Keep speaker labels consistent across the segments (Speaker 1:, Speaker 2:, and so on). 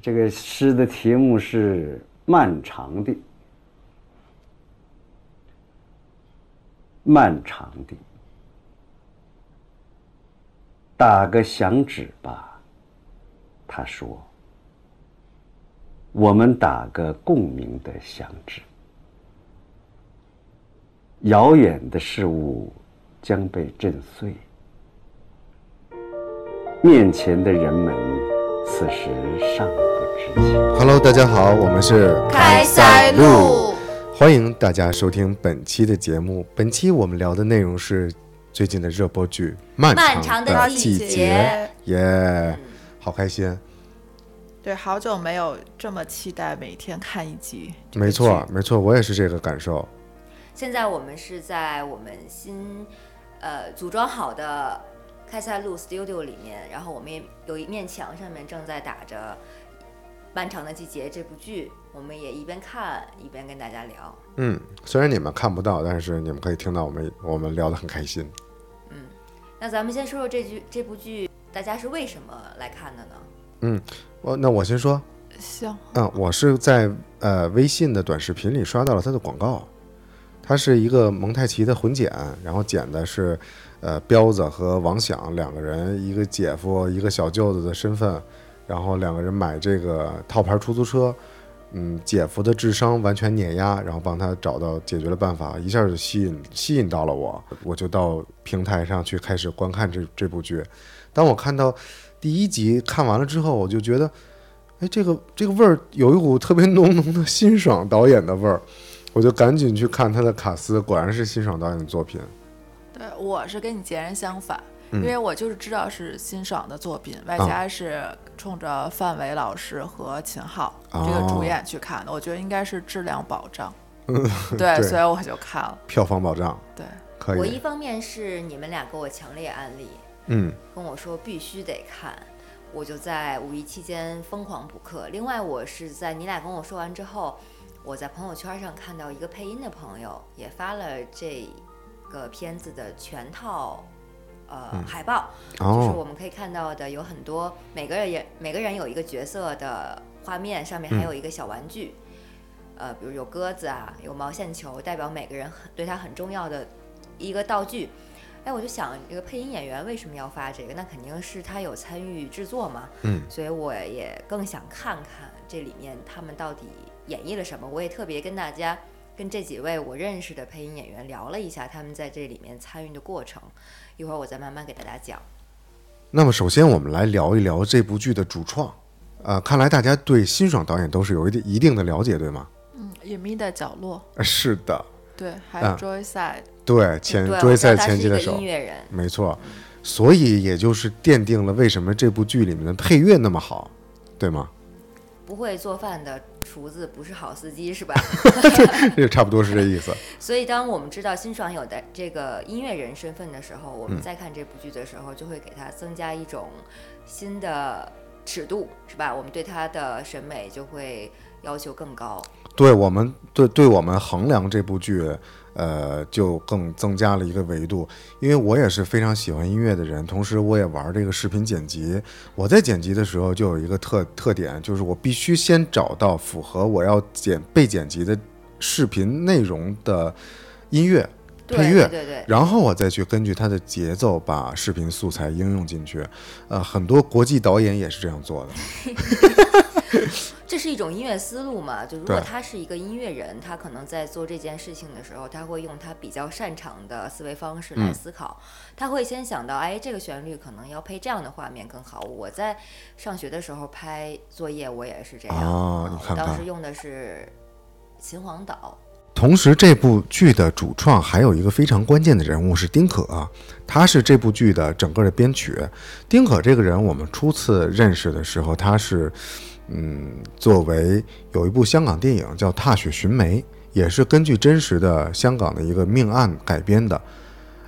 Speaker 1: 这个诗的题目是《漫长的》，漫长的，打个响指吧，他说。我们打个共鸣的响指，遥远的事物将被震碎，面前的人们此时尚不知情。
Speaker 2: Hello，大家好，我们是
Speaker 3: 开塞露，
Speaker 2: 欢迎大家收听本期的节目。本期我们聊的内容是最近的热播剧《漫
Speaker 3: 漫
Speaker 2: 长
Speaker 3: 长的
Speaker 2: 季
Speaker 3: 季
Speaker 2: 节
Speaker 3: 节》，
Speaker 2: 耶，好开心！
Speaker 4: 对，好久没有这么期待每天看一集。
Speaker 2: 没错，没错，我也是这个感受。
Speaker 3: 现在我们是在我们新呃组装好的开塞露 Studio 里面，然后我们也有一面墙上面正在打着《漫长的季节》这部剧，我们也一边看一边跟大家聊。
Speaker 2: 嗯，虽然你们看不到，但是你们可以听到我们我们聊得很开心。
Speaker 3: 那咱们先说说这剧这部剧，大家是为什么来看的呢？
Speaker 2: 哦，那我先说，
Speaker 4: 行，
Speaker 2: 嗯，我是在呃微信的短视频里刷到了他的广告，它是一个蒙太奇的混剪，然后剪的是呃彪子和王响两个人，一个姐夫一个小舅子的身份，然后两个人买这个套牌出租车，嗯，姐夫的智商完全碾压，然后帮他找到解决了办法，一下就吸引吸引到了我，我就到平台上去开始观看这这部剧。当我看到第一集看完了之后，我就觉得。哎，这个这个味儿有一股特别浓浓的辛爽导演的味儿，我就赶紧去看他的卡斯，果然是辛爽导演的作品。
Speaker 4: 对我是跟你截然相反，因为我就是知道是辛爽的作品，外加是冲着范伟老师和秦昊、这个
Speaker 2: 哦
Speaker 4: 主演去看的，我觉得应该是质量保障。 对，
Speaker 2: 对
Speaker 4: 所以我就看了。
Speaker 2: 票房保障，
Speaker 4: 对，
Speaker 2: 可
Speaker 3: 我
Speaker 2: 以
Speaker 3: 一。方面是你们俩给我强烈安利，
Speaker 2: 嗯，
Speaker 3: 跟我说必须得看，我就在五一期间疯狂补课。另外，我是在你俩跟我说完之后，我在朋友圈上看到一个配音的朋友也发了这个片子的全套。呃，海报、就是
Speaker 2: 哦，
Speaker 3: 我们可以看到的，有很多每个人每个人有一个角色的画面，上
Speaker 2: 嗯
Speaker 3: 面还有一个小玩具，呃，比如有鸽子啊，有毛线球，代表每个人很对他很重要的一个道具。哎，我就想，这个配音演员为什么要发这个？那肯定是他有参与制作嘛。
Speaker 2: 嗯，
Speaker 3: 所以我也更想看看这里面他们到底演绎了什么。我也特别跟大家、跟这几位我认识的配音演员聊了一下他们在这里面参与的过程。一会儿我再慢慢给大家讲。
Speaker 2: 那么首先我们来聊一聊这部剧的主创。呃，看来大家对辛爽导演都是有一定一定的了解，对吗？
Speaker 4: 嗯，隐秘的角落，
Speaker 2: 呃是的，
Speaker 4: 对，还有
Speaker 2: 嗯
Speaker 4: Joyside，、
Speaker 2: 对，前
Speaker 3: 对，
Speaker 2: 追
Speaker 3: 我知
Speaker 2: 赛
Speaker 3: 道他
Speaker 2: 前
Speaker 3: 是
Speaker 2: 期
Speaker 3: 一
Speaker 2: 的
Speaker 3: 个
Speaker 2: 手
Speaker 3: 音，乐人，
Speaker 2: 没错。所以也就是奠定了为什么这部剧里面的配乐那么好，对吗？
Speaker 3: 不会做饭的厨子不是好司机，是吧？
Speaker 2: 这差不多是这意思。
Speaker 3: 所以，当我们知道辛爽有的这个音乐人身份的时候，我
Speaker 2: 嗯
Speaker 3: 们再看这部剧的时候，就会给他增加一种新的尺度，是吧？我们对他的审美就会要求更高。
Speaker 2: 对我们对对我们衡量这部剧，呃，就更增加了一个维度。因为我也是非常喜欢音乐的人，同时我也玩这个视频剪辑。我在剪辑的时候就有一个特特点，就是我必须先找到符合我要剪被剪辑的视频内容的音乐
Speaker 3: 对
Speaker 2: 配乐，
Speaker 3: 对对对，
Speaker 2: 然后我再去根据它的节奏把视频素材应用进去。呃，很多国际导演也是这样做的。
Speaker 3: 这是一种音乐思路嘛？就如果
Speaker 2: 对
Speaker 3: 他是一个音乐人，他可能在做这件事情的时候，他会用他比较擅长的思维方式
Speaker 2: 嗯
Speaker 3: 来思考。他会先想到，哎，这个旋律可能要配这样的画面更好。我在上学的时候拍作业，我也是这样。
Speaker 2: 哦
Speaker 3: 啊
Speaker 2: 你看看
Speaker 3: 我当时用的是秦皇岛。
Speaker 2: 同时，这部剧的主创还有一个非常关键的人物是丁可，啊他是这部剧的整个的编曲。丁可这个人，我们初次认识的时候，他是，嗯，作为有一部香港电影叫《踏雪寻梅》，也是根据真实的香港的一个命案改编的。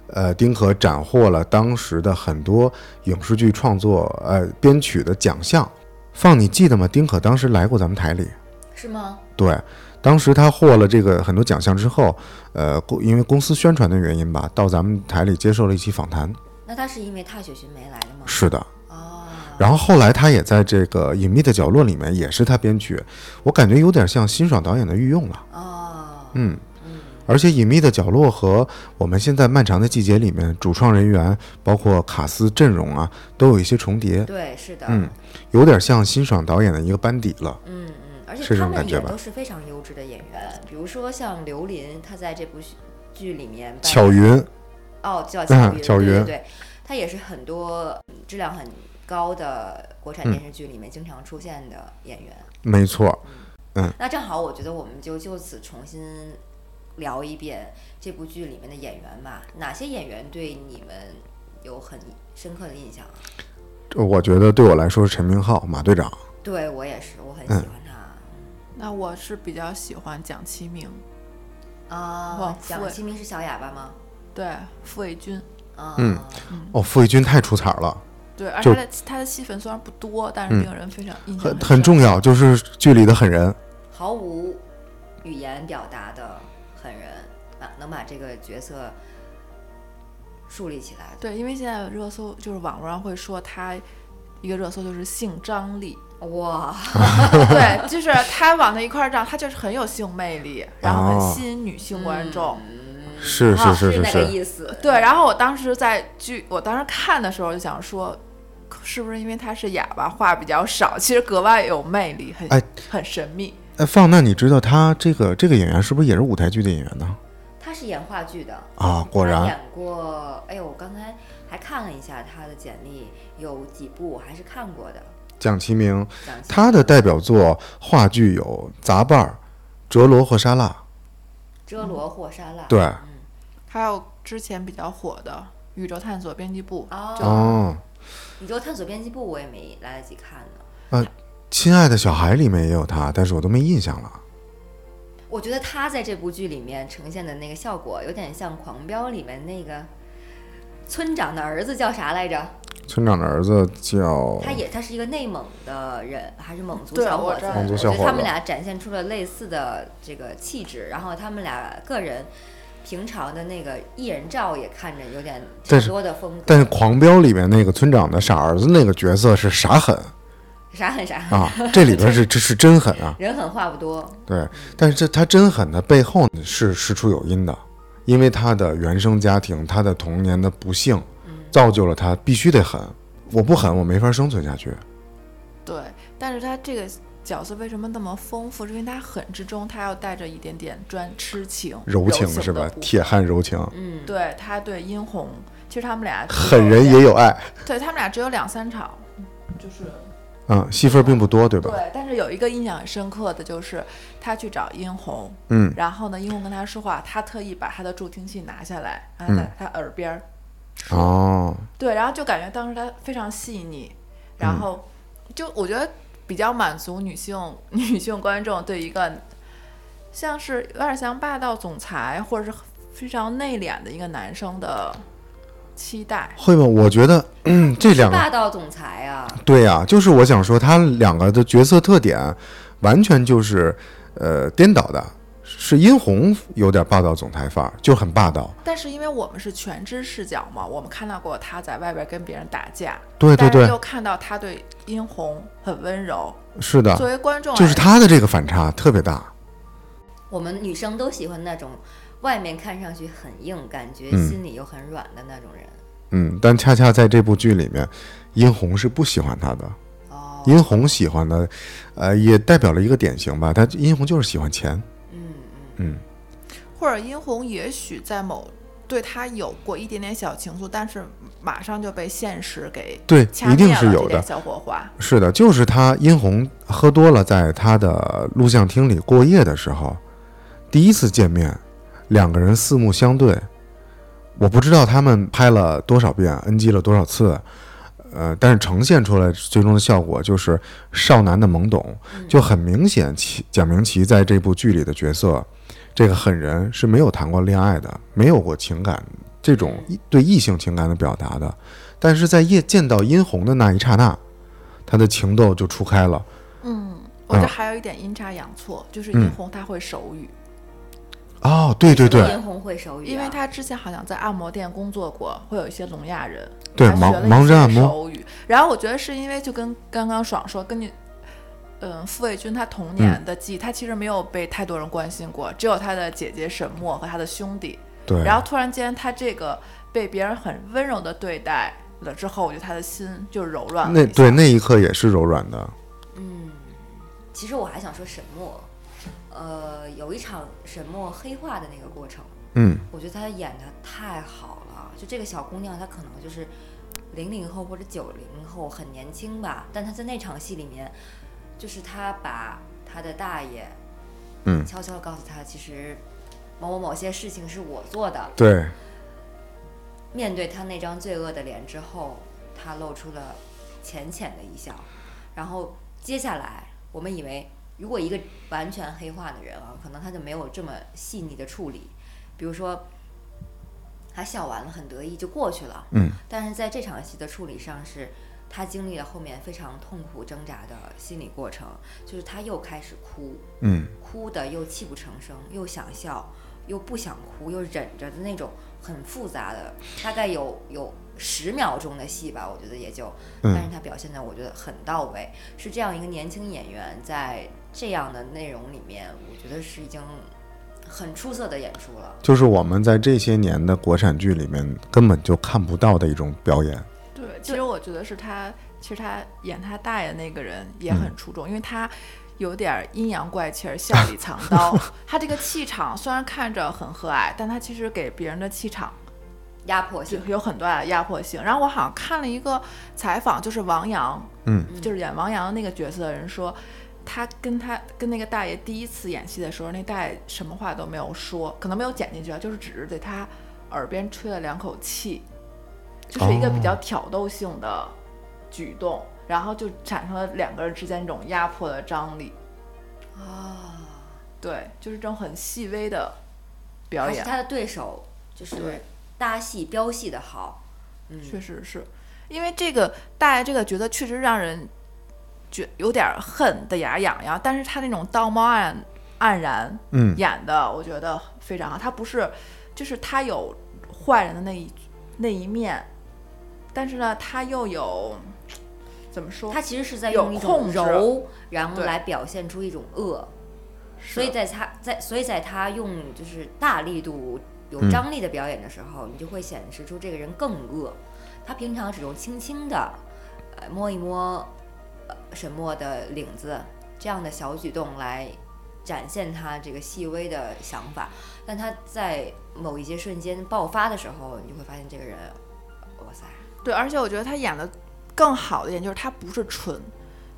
Speaker 2: 呃，丁可斩获了当时的很多影视剧创作呃编曲的奖项。放，你记得吗？丁可当时来过咱们台里。
Speaker 3: 是吗？
Speaker 2: 对，当时他获了这个很多奖项之后，呃，公因为公司宣传的原因吧，到咱们台里接受了一期访谈。
Speaker 3: 那他是因为《踏雪寻梅》来的吗？
Speaker 2: 是的，
Speaker 3: 哦，
Speaker 2: 然后后来他也在这个《隐秘的角落》里面也是他编剧，我感觉有点像辛爽导演的御用了。
Speaker 3: 哦，
Speaker 2: 嗯，而且《隐秘的角落》和我们现在《漫长的季节》里面主创人员，包括卡斯阵容啊，都有一些重叠，
Speaker 3: 对，是的，
Speaker 2: 嗯有点像辛爽导演的一个班底了。
Speaker 3: 嗯嗯，而
Speaker 2: 是
Speaker 3: 且
Speaker 2: 这
Speaker 3: 他
Speaker 2: 种感
Speaker 3: 们
Speaker 2: 觉
Speaker 3: 也
Speaker 2: 吧
Speaker 3: 都是非常优质的演员，比如说像刘琳，她在这部剧里面扮
Speaker 2: 巧云，
Speaker 3: 哦，叫
Speaker 2: 嗯
Speaker 3: 巧云，
Speaker 2: 巧
Speaker 3: 对
Speaker 2: 云
Speaker 3: 对对，她也是很多嗯质量很高的国
Speaker 2: 嗯
Speaker 3: 产电视剧里面经常出现的演员。
Speaker 2: 没错，嗯
Speaker 3: 那正好，我觉得我们就就此重新聊一遍这部剧里面的演员吧，哪些演员对你们有很深刻的印象啊？
Speaker 2: 我觉得对我来说是陈明昊马队长。
Speaker 3: 对我也是，我很
Speaker 2: 嗯
Speaker 3: 喜欢他。
Speaker 4: 那我是比较喜欢蒋奇明，
Speaker 3: 啊
Speaker 4: 哇，
Speaker 3: 蒋
Speaker 4: 对
Speaker 3: 清明是小哑巴吗？
Speaker 4: 对傅卫军，
Speaker 3: 啊，
Speaker 2: 嗯哦，傅卫军太出彩了，
Speaker 4: 对，而
Speaker 2: 就嗯
Speaker 4: 且他的他的戏份虽然不多，但是令人非常印象
Speaker 2: 很
Speaker 4: 深
Speaker 2: 很重要，就是剧里的狠人。
Speaker 3: 毫无语言表达的狠人啊，能把这个角色树立起来的。
Speaker 4: 对，因为现在热搜就是网络上会说他一个热搜就是性 张力，
Speaker 3: 哇，
Speaker 4: 对，就是他往那一块儿站，他就是很有性魅力，然后
Speaker 2: 哦
Speaker 4: 很吸引女性观众。
Speaker 2: 是
Speaker 4: 啊
Speaker 2: 是 是
Speaker 3: 那个
Speaker 2: 是，
Speaker 3: 意思。
Speaker 4: 对，然后我当时在剧，我当时看的时候就想说，可是不是因为他是哑巴，话比较少，其实格外有魅力，很、
Speaker 2: 哎
Speaker 4: 很神秘。
Speaker 2: 哎，放那你知道他这个这个演员是不是也是舞台剧的演员呢？
Speaker 3: 他是演话剧的，
Speaker 2: 啊，果
Speaker 3: 他
Speaker 2: 然
Speaker 3: 演过，哎呦，我刚才还看了一下他的简历，有几部我还是看过的。
Speaker 2: 蒋奇明
Speaker 3: 讲起
Speaker 2: 他的代表作话剧有《杂伴儿》《哲罗或沙拉》，
Speaker 3: 遮罗霍沙拉，
Speaker 2: 对，
Speaker 4: 还有之前比较火的《宇宙探索编辑部》
Speaker 3: 哦，
Speaker 2: 哦，
Speaker 3: 宇宙探索编辑部我也没来得及看呢。
Speaker 2: 《亲爱的小孩》里面也有他，但是我都没印象了。
Speaker 3: 我觉得他在这部剧里面呈现的那个效果，有点像《狂飙》里面那个村长的儿子叫啥来着？
Speaker 2: 村长的儿子叫
Speaker 3: 他也他是一个内蒙的人，还是蒙族
Speaker 4: 对
Speaker 3: 小
Speaker 4: 我
Speaker 3: 伙
Speaker 4: 知
Speaker 3: 子
Speaker 4: 道？
Speaker 2: 蒙族
Speaker 3: 我
Speaker 2: 小
Speaker 3: 觉得
Speaker 2: 伙
Speaker 3: 他
Speaker 2: 子
Speaker 3: 们俩展现出了类似的这个气质，然后他们俩个人平常的那个艺人照也看着有点差
Speaker 2: 但
Speaker 3: 不
Speaker 2: 是
Speaker 3: 多的风格。
Speaker 2: 但是《狂飙》里面那个村长的傻儿子那个角色是傻狠
Speaker 3: 啥很啥狠，
Speaker 2: 啊， 这里边是这是真狠啊，
Speaker 3: 人狠话不多。
Speaker 2: 对。但是这他真狠的背后是事出有因的，因为他的原生家庭、他的童年的不幸，造就了他必须得狠。我不狠，我没法生存下去。
Speaker 4: 对，但是他这个角色为什么那么丰富？是因为他狠之中，他要带着一点点专痴情、
Speaker 2: 柔情
Speaker 4: 的
Speaker 2: 是吧？
Speaker 4: 部
Speaker 2: 铁汉柔情，
Speaker 3: 嗯，
Speaker 4: 对他对殷红，其实他们俩只
Speaker 2: 狠
Speaker 4: 有
Speaker 2: 人
Speaker 4: 两
Speaker 2: 也有爱。
Speaker 4: 对他们俩只有两三场，就是
Speaker 2: 嗯，戏份并不多，对吧？
Speaker 4: 对。但是有一个印象很深刻的就是他去找殷红，
Speaker 2: 嗯，
Speaker 4: 然后呢，殷红跟他说话，他特意把他的助听器拿下来，
Speaker 2: 嗯
Speaker 4: 然后在他耳边儿，
Speaker 2: 哦，
Speaker 4: 对，然后就感觉当时他非常细腻，
Speaker 2: 嗯
Speaker 4: 然后就我觉得比较满足女性 女性观众对一个像是有点像霸道总裁或者是非常内敛的一个男生的期待。
Speaker 2: 会吗？我觉得，嗯，这两个
Speaker 3: 霸道总裁啊，
Speaker 2: 对呀、就是我想说，他两个的角色特点完全就是呃颠倒的。是殷红有点霸道总裁范儿，就很霸道。
Speaker 4: 但是因为我们是全知视角嘛，我们看到过他在外边跟别人打架，
Speaker 2: 对对
Speaker 4: 但
Speaker 2: 对
Speaker 4: 是又，看到他对殷红很温柔。
Speaker 2: 是的，
Speaker 4: 作为观众，
Speaker 2: 啊就是，他的这个反差特别大。
Speaker 3: 我们女生都喜欢那种外面看上去很硬，感觉
Speaker 2: 嗯
Speaker 3: 心里又很软的那种人。
Speaker 2: 嗯，但恰恰在这部剧里面，殷红是不喜欢他的。
Speaker 3: 哦，
Speaker 2: 殷红喜欢的，呃，也代表了一个典型吧。他殷红就是喜欢钱。
Speaker 3: 嗯
Speaker 2: 嗯，
Speaker 4: 或者殷红也许在某对他有过一点点小情愫，但是马上就被现实给
Speaker 2: 对，
Speaker 4: 掐
Speaker 2: 一定
Speaker 4: 灭
Speaker 2: 是
Speaker 4: 了
Speaker 2: 有
Speaker 4: 这
Speaker 2: 的
Speaker 4: 点。小火花。
Speaker 2: 是的，就是他殷红喝多了，在他的录像厅里过夜的时候，第一次见面，两个人四目相对。我不知道他们拍了多少遍，NG 了多少次，呃，但是呈现出来最终的效果就是少男的懵懂，就很明显其。蒋明奇在这部剧里的角色，这个狠人是没有谈过恋爱的，没有过情感这种异对异性情感的表达的，但是在夜见到殷红的那一刹那，他的情窦就初开了。嗯
Speaker 4: 我觉得还有一点阴差阳错，就是殷红他会手语，
Speaker 2: 哦，对对对，
Speaker 3: 林红会手语啊、
Speaker 4: 因为他之前好像在按摩店工作过，会有一些聋哑人，
Speaker 2: 对
Speaker 4: 他学
Speaker 2: 盲
Speaker 4: 了一
Speaker 2: 盲
Speaker 4: 些
Speaker 2: 人按摩
Speaker 4: 手语。然后我觉得是因为就跟刚刚爽说，跟你，嗯，傅卫军他童
Speaker 2: 嗯
Speaker 4: 年的记忆，他其实没有被太多人关心过，只有他的姐姐沈墨和他的兄弟。
Speaker 2: 对，
Speaker 4: 然后突然间他这个被别人很温柔的对待了之后，我觉得他的心就柔软了
Speaker 2: 那
Speaker 4: 一下
Speaker 2: 对那一刻也是柔软的，
Speaker 3: 其实我还想说沈墨，呃，有一场沈墨黑化的那个过程，
Speaker 2: 嗯，
Speaker 3: 我觉得她演的太好了。就这个小姑娘，她可能就是零零后或者九零后，很年轻吧，但她在那场戏里面，就是她把她的大爷，
Speaker 2: 嗯
Speaker 3: 悄悄地告诉她，其实某某某些事情是我做的。
Speaker 2: 对，
Speaker 3: 面对她那张罪恶的脸之后，她露出了浅浅的一笑，然后接下来我们以为，如果一个完全黑化的人啊，可能他就没有这么细腻的处理，比如说。他笑完了，很得意就过去了。
Speaker 2: 嗯，
Speaker 3: 但是在这场戏的处理上是，他经历了后面非常痛苦挣扎的心理过程，就是他又开始哭，
Speaker 2: 嗯，
Speaker 3: 哭的又泣不成声，又想笑，又不想哭，又忍着的那种很复杂的，大概有有十秒钟的戏吧，我觉得也就，
Speaker 2: 嗯
Speaker 3: 但是他表现的我觉得很到位，是这样一个年轻演员在这样的内容里面，我觉得是已经很出色的演出了。
Speaker 2: 就是我们在这些年的国产剧里面根本就看不到的一种表演，
Speaker 4: 对，其实我觉得是他，其实他演他大爷那个人也很出众，因为他有点儿阴阳怪气儿，笑里藏 刀。他这个气场虽然看着很和蔼，但他其实给别人的气场
Speaker 3: 压迫
Speaker 4: 就
Speaker 3: 性，
Speaker 4: 有很大的压迫性。然后我好像看了一个采访，就是王阳，
Speaker 2: 嗯，
Speaker 4: 就是演王阳那个角色的人说。他跟他跟那个大爷第一次演戏的时候，那大爷什么话都没有说，可能没有剪进去啊，就是只是对他耳边吹了两口气，就是一个比较挑逗性的举动，然后就产生了两个人之间这种压迫的张力。
Speaker 3: 啊，
Speaker 4: 对，就是这种很细微的表
Speaker 3: 而且
Speaker 4: 演。
Speaker 3: 他的对手就是
Speaker 4: 对
Speaker 3: 搭戏飙戏的好，
Speaker 4: 确实是，因为这个大爷这个角色确实让人觉有点儿恨的牙痒痒，但是他那种道貌岸岸然
Speaker 2: 嗯
Speaker 4: 演的，我觉得非常好。他不是，就是他有坏人的那一那一面，但是呢，他又有怎么说？
Speaker 3: 他其实是在
Speaker 4: 有
Speaker 3: 用一种
Speaker 4: 控制
Speaker 3: 柔，然后
Speaker 4: 对
Speaker 3: 来表现出一种恶，
Speaker 4: 是
Speaker 3: 所以在他在所以在他用就是大力度有
Speaker 2: 嗯
Speaker 3: 张力的表演的时候，你就会显示出这个人更恶。他平常只用轻轻的，呃，摸一摸，呃，沈墨的领子这样的小举动来展现他这个细微的想法，但他在某一些瞬间爆发的时候，你就会发现这个人，哇塞，
Speaker 4: 对，而且我觉得他演的更好的一点就是他不是纯，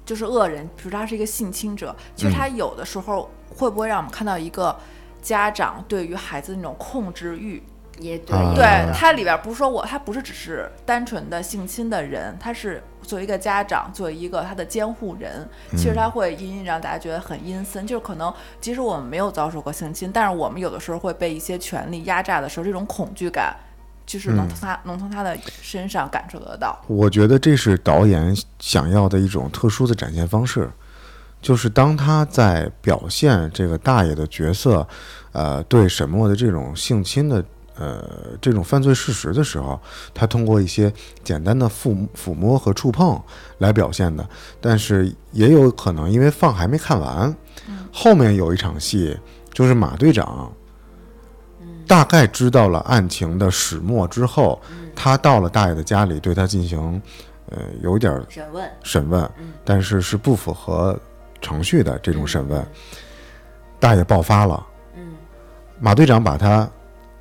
Speaker 4: 就是恶人，比如他是一个性侵者，其实他有的时候会不会让我们看到一个家长对于孩子那种控制欲？
Speaker 3: 也对，
Speaker 2: 啊
Speaker 3: 也
Speaker 4: 对，他里边不是说我，他不是只是单纯的性侵的人，他是作为一个家长，作为一个他的监护人，其实他会隐隐让大家觉得很阴森，就是可能即使我们没有遭受过性侵，但是我们有的时候会被一些权力压榨的时候，这种恐惧感。就是能从他、能从他的身上感受得到，
Speaker 2: 我觉得这是导演想要的一种特殊的展现方式，就是当他在表现这个大爷的角色，呃，对沈墨的这种性侵的呃这种犯罪事实的时候，他通过一些简单的抚抚摸和触碰来表现的，但是也有可能因为放还没看完，后面有一场戏就是马队长。大概知道了案情的始末之后，他到了大爷的家里，对他进行，呃，有一点儿
Speaker 3: 审问，
Speaker 2: 审问，但是是不符合程序的这种审问。大爷爆发了，
Speaker 3: 嗯
Speaker 2: 马队长把他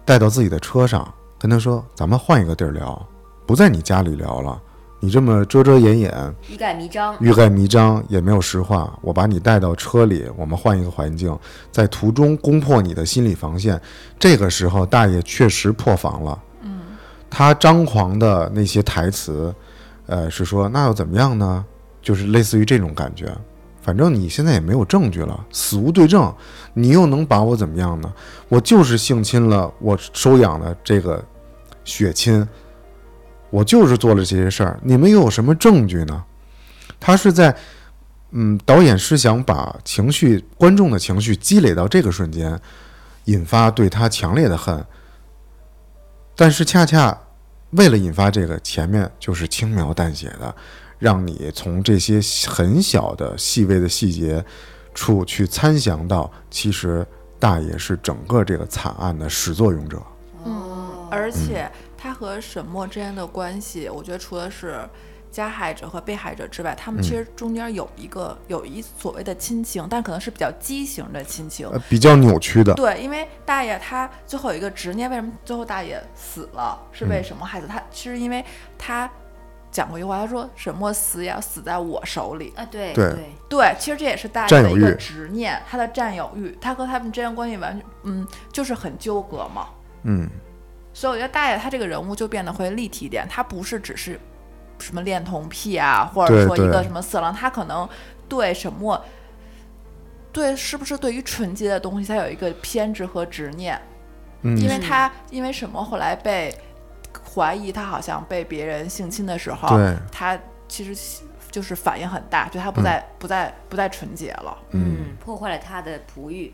Speaker 2: 带到自己的车上，跟他说：“咱们换一个地儿聊，不在你家里聊了。你这么遮遮掩掩、
Speaker 3: 欲盖弥彰，
Speaker 2: 欲盖弥彰，也没有实话。我把你带到车里，我们换一个环境，在途中攻破你的心理防线。”这个时候，大爷确实破防了。嗯，他张狂的那些台词，呃，是说那又怎么样呢？就是类似于这种感觉。反正你现在也没有证据了，死无对证，你又能把我怎么样呢？我就是性侵了我收养的这个血亲，我就是做了这些事儿，你们又有什么证据呢？他是在，嗯，导演是想把情绪、观众的情绪积累到这个瞬间，引发对他强烈的恨。但是恰恰为了引发这个，前面就是轻描淡写的，让你从这些很小的、细微的细节处去参详到，其实大爷是整个这个惨案的始作俑者。
Speaker 3: 哦，
Speaker 2: 嗯
Speaker 4: 而且他和沈墨之间的关系，我觉得除了是加害者和被害者之外，他们
Speaker 2: 嗯
Speaker 4: 其实中间有一个、有一所谓的亲情，但可能是比较畸形的亲情。
Speaker 2: 呃，比较扭曲的，
Speaker 4: 对，因为大爷他最后有一个执念，为什么最后大爷死了？是
Speaker 2: 嗯
Speaker 4: 为什么害死他？其实因为他讲过一句话，他说沈墨死也要死在我手里。
Speaker 3: 啊，对
Speaker 2: 对
Speaker 3: 对，
Speaker 4: 对，其实这也是大
Speaker 2: 占
Speaker 4: 家的
Speaker 2: 有
Speaker 4: 一个
Speaker 2: 欲
Speaker 4: 执念，他的占有欲，他和他们之间关系完全，嗯，就是很纠葛嘛。
Speaker 2: 嗯，
Speaker 4: 所以我觉得大爷他这个人物就变得会立体一点，他不是只是什么恋童癖啊，或者
Speaker 2: 对
Speaker 4: 说一个
Speaker 2: 对
Speaker 4: 什么色狼，他可能对沈墨，对是不是对于纯洁的东西，他有一个偏执和执念，
Speaker 2: 嗯
Speaker 4: 因为他因为沈墨后来被怀疑他好像被别人性侵的时候
Speaker 2: 对，
Speaker 4: 他其实就是反应很大，就他不
Speaker 2: 嗯
Speaker 4: 再、不再不再纯洁了。
Speaker 3: 嗯，破坏了他的璞玉。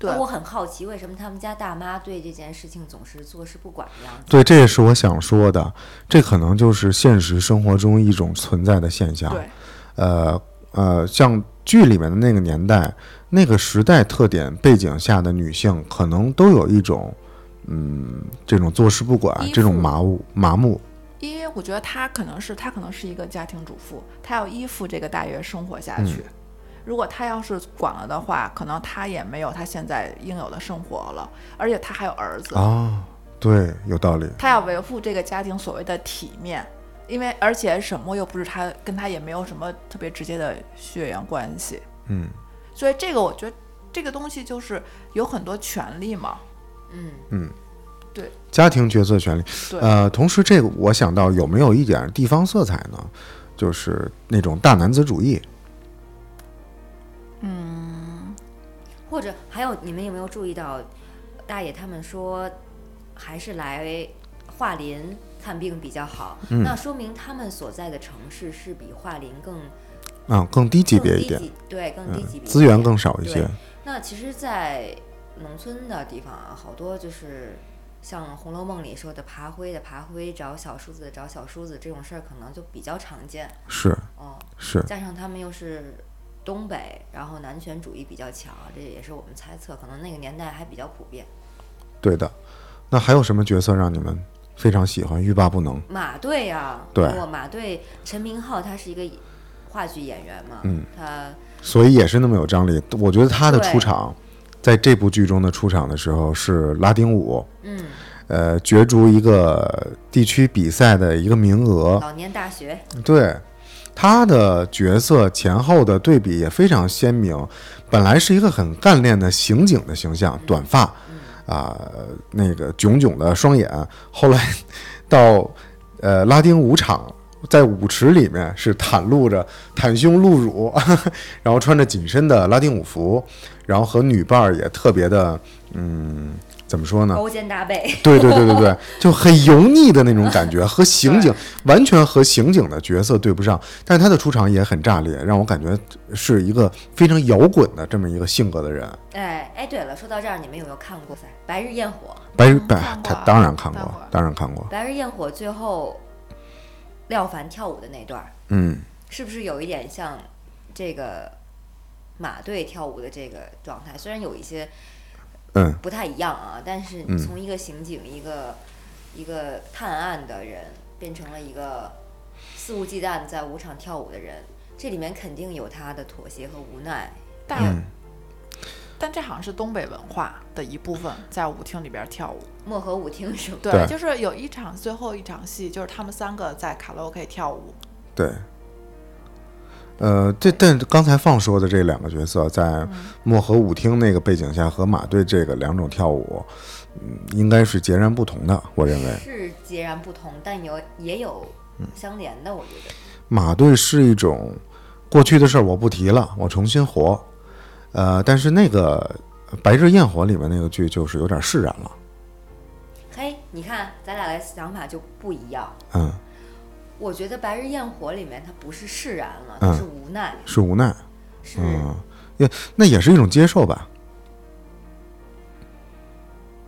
Speaker 4: 对
Speaker 3: 那我很好奇，为什么他们家大妈对这件事情总是坐视不管的样子？
Speaker 2: 对，这也是我想说的。这可能就是现实生活中一种存在的现象。
Speaker 4: 对，
Speaker 2: 呃呃，像剧里面的那个年代、那个时代特点背景下的女性，可能都有一种嗯这种坐视不管
Speaker 4: 依、
Speaker 2: 这种
Speaker 4: 附
Speaker 2: 麻木麻木。
Speaker 4: 因为我觉得她可能是她可能是一个家庭主妇，她要依附这个大爷生活下
Speaker 2: 嗯
Speaker 4: 去。如果她要是管了的话，可能她也没有她现在应有的生活了，而且她还有儿子，
Speaker 2: 啊，对，有道理。
Speaker 4: 她要维护这个家庭所谓的体面。因为而且沈墨又不是她跟她也没有什么特别直接的血缘关系，
Speaker 2: 嗯，
Speaker 4: 所以这个我觉得这个东西就是有很多权利嘛。
Speaker 3: 嗯，
Speaker 2: 家庭角色权利。
Speaker 4: 对
Speaker 2: 呃，同时这个我想到有没有一点地方色彩呢？就是那种大男子主义。
Speaker 3: 或者还有你们有没有注意到，大爷他们说还是来桦林看病比较好，
Speaker 2: 嗯
Speaker 3: 那说明他们所在的城市是比桦林更
Speaker 2: 啊、更低级
Speaker 3: 更
Speaker 2: 别一
Speaker 3: 低
Speaker 2: 点，嗯
Speaker 3: 级对，更低级别一点、
Speaker 2: 资源更少一
Speaker 3: 对
Speaker 2: 些。
Speaker 3: 那其实，在农村的地方啊，好多就是像《红楼梦》里说的爬灰的爬灰，找小叔子的找小叔子这种事儿，可能就比较常见
Speaker 2: 是
Speaker 3: 哦。
Speaker 2: 是，
Speaker 3: 加上他们又是东北，然后男权主义比较强，这也是我们猜测，可能那个年代还比较普遍。
Speaker 2: 对的。那还有什么角色让你们非常喜欢、欲罢不能？
Speaker 3: 马队啊，
Speaker 2: 对
Speaker 3: 我马队，陈明昊他是一个话剧演员嘛，
Speaker 2: 嗯
Speaker 3: 他
Speaker 2: 所以也是那么有张力。我觉得他的
Speaker 3: 对
Speaker 2: 出场，在这部剧中的出场的时候是拉丁舞，
Speaker 3: 嗯，
Speaker 2: 呃，角逐一个地区比赛的一个名额。
Speaker 3: 老年大学，
Speaker 2: 对，他的角色前后的对比也非常鲜明。本来是一个很干练的刑警的形象，短发，啊、那个炯炯的双眼。后来到呃拉丁舞场，在舞池里面是袒露着袒胸露乳， 然后穿着紧身的拉丁舞服，然后和女伴儿也特别的，嗯，怎么说呢？
Speaker 3: 勾肩搭背，
Speaker 2: 对对对对对，就很油腻的那种感觉，和刑警完全和刑警的角色对不上。但是他的出场也很炸裂，让我感觉是一个非常摇滚的这么一个性格的人。
Speaker 3: 哎哎，对了，说到这儿，你们有没有看过《白日焰火》？
Speaker 2: 白日
Speaker 4: 嗯
Speaker 2: 白
Speaker 4: 看，过
Speaker 2: 他
Speaker 4: 啊
Speaker 2: 当然看
Speaker 4: 看
Speaker 2: 过
Speaker 4: 过，
Speaker 2: 当然看过。
Speaker 3: 《白日焰火》最后廖凡跳舞的那段儿，
Speaker 2: 嗯，
Speaker 3: 是不是有一点像这个马队跳舞的这个状态？虽然有一些
Speaker 2: 嗯
Speaker 3: 不太一样啊，但是
Speaker 2: 嗯
Speaker 3: 从一个刑警、一个一个探案的人，变成了一个肆无忌惮在舞场跳舞的人，这里面肯定有他的妥协和无奈。
Speaker 4: 但、
Speaker 2: 嗯
Speaker 4: 但这好像是东北文化的一部分，在舞厅里边跳舞。
Speaker 3: 漠河舞厅什么？
Speaker 4: 对，
Speaker 2: 对
Speaker 4: 就是有一场最后一场戏，就是他们三个在卡拉 OK 跳舞。
Speaker 2: 对。呃，这但刚才放说的这两个角色，在漠河舞厅那个背景下和马队这个两种跳舞，嗯，应该是截然不同的。我认为，
Speaker 3: 是截然不同，但有也有相连的，我觉得。
Speaker 2: 马队是一种过去的事儿，我不提了，我重新活。呃，但是那个《白日焰火》里面那个剧就是有点释然了，
Speaker 3: 嘿，你看，咱俩的想法就不一样。
Speaker 2: 嗯，
Speaker 3: 我觉得《白日焰火》里面它不是释然了，
Speaker 2: 嗯
Speaker 3: 它是无奈，
Speaker 2: 是无奈，嗯
Speaker 3: 是
Speaker 2: 嗯，也那也是一种接受吧，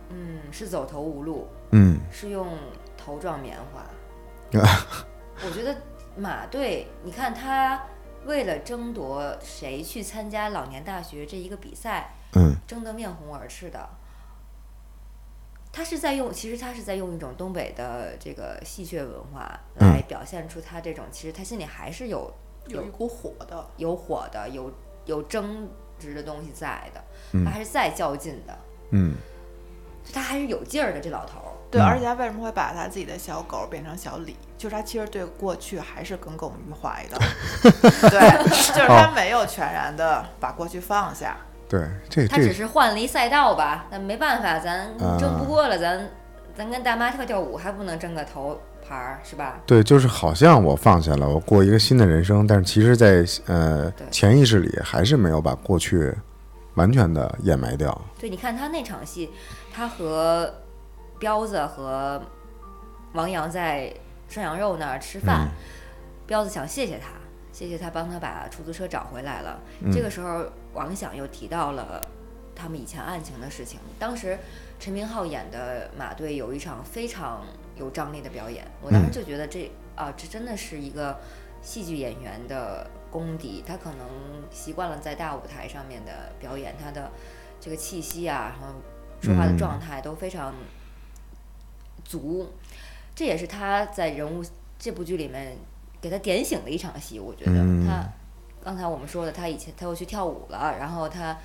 Speaker 3: 嗯是走投无路，
Speaker 2: 嗯，
Speaker 3: 是用头撞棉花。
Speaker 2: 啊
Speaker 3: 我觉得马队，你看他为了争夺谁去参加老年大学这一个比赛，
Speaker 2: 嗯
Speaker 3: 争得面红耳赤的。他是在用，其实他是在用一种东北的这个戏谑文化
Speaker 2: 嗯
Speaker 3: 来表现出他这种，其实他心里还是有
Speaker 4: 有一股火的，
Speaker 3: 有火的、有有争执的东西在的，
Speaker 2: 嗯
Speaker 3: 他还是在较劲的，
Speaker 2: 嗯
Speaker 3: 就他还是有劲儿的这老头儿。
Speaker 4: 对，
Speaker 2: 嗯
Speaker 4: 而且他为什么会把他自己的小狗变成小李？就是他其实对过去还是耿耿于怀 的，对，就是
Speaker 2: 哦
Speaker 4: 他没有全然的把过去放下。
Speaker 2: 对，这
Speaker 3: 他只
Speaker 2: 这
Speaker 3: 是换了一赛道吧，那没办法，咱
Speaker 2: 啊
Speaker 3: 争不过了，咱咱跟大妈跳跳舞还不能争个头牌儿是吧？
Speaker 2: 对，就是好像我放下了，我过一个新的人生，但是其实在，呃
Speaker 3: 对
Speaker 2: 潜意识里还是没有把过去完全的掩埋掉。
Speaker 3: 对，你看他那场戏，他和彪子和王阳在涮羊肉那儿吃饭，彪子想谢谢他，谢谢他帮他把出租车找回来了。这个时候，王响又提到了他们以前案情的事情。当时陈明昊演的马队有一场非常有张力的表演，我当时就觉得这、啊，这真的是一个戏剧演员的功底。他可能习惯了在大舞台上面的表演，他的这个气息啊，然后说话的
Speaker 2: 嗯
Speaker 3: 状态都非常足。这也是他在人物这部剧里面给他点醒的一场戏，我觉得、
Speaker 2: 嗯
Speaker 3: 他刚才我们说的，他以前他又去跳舞了，然后他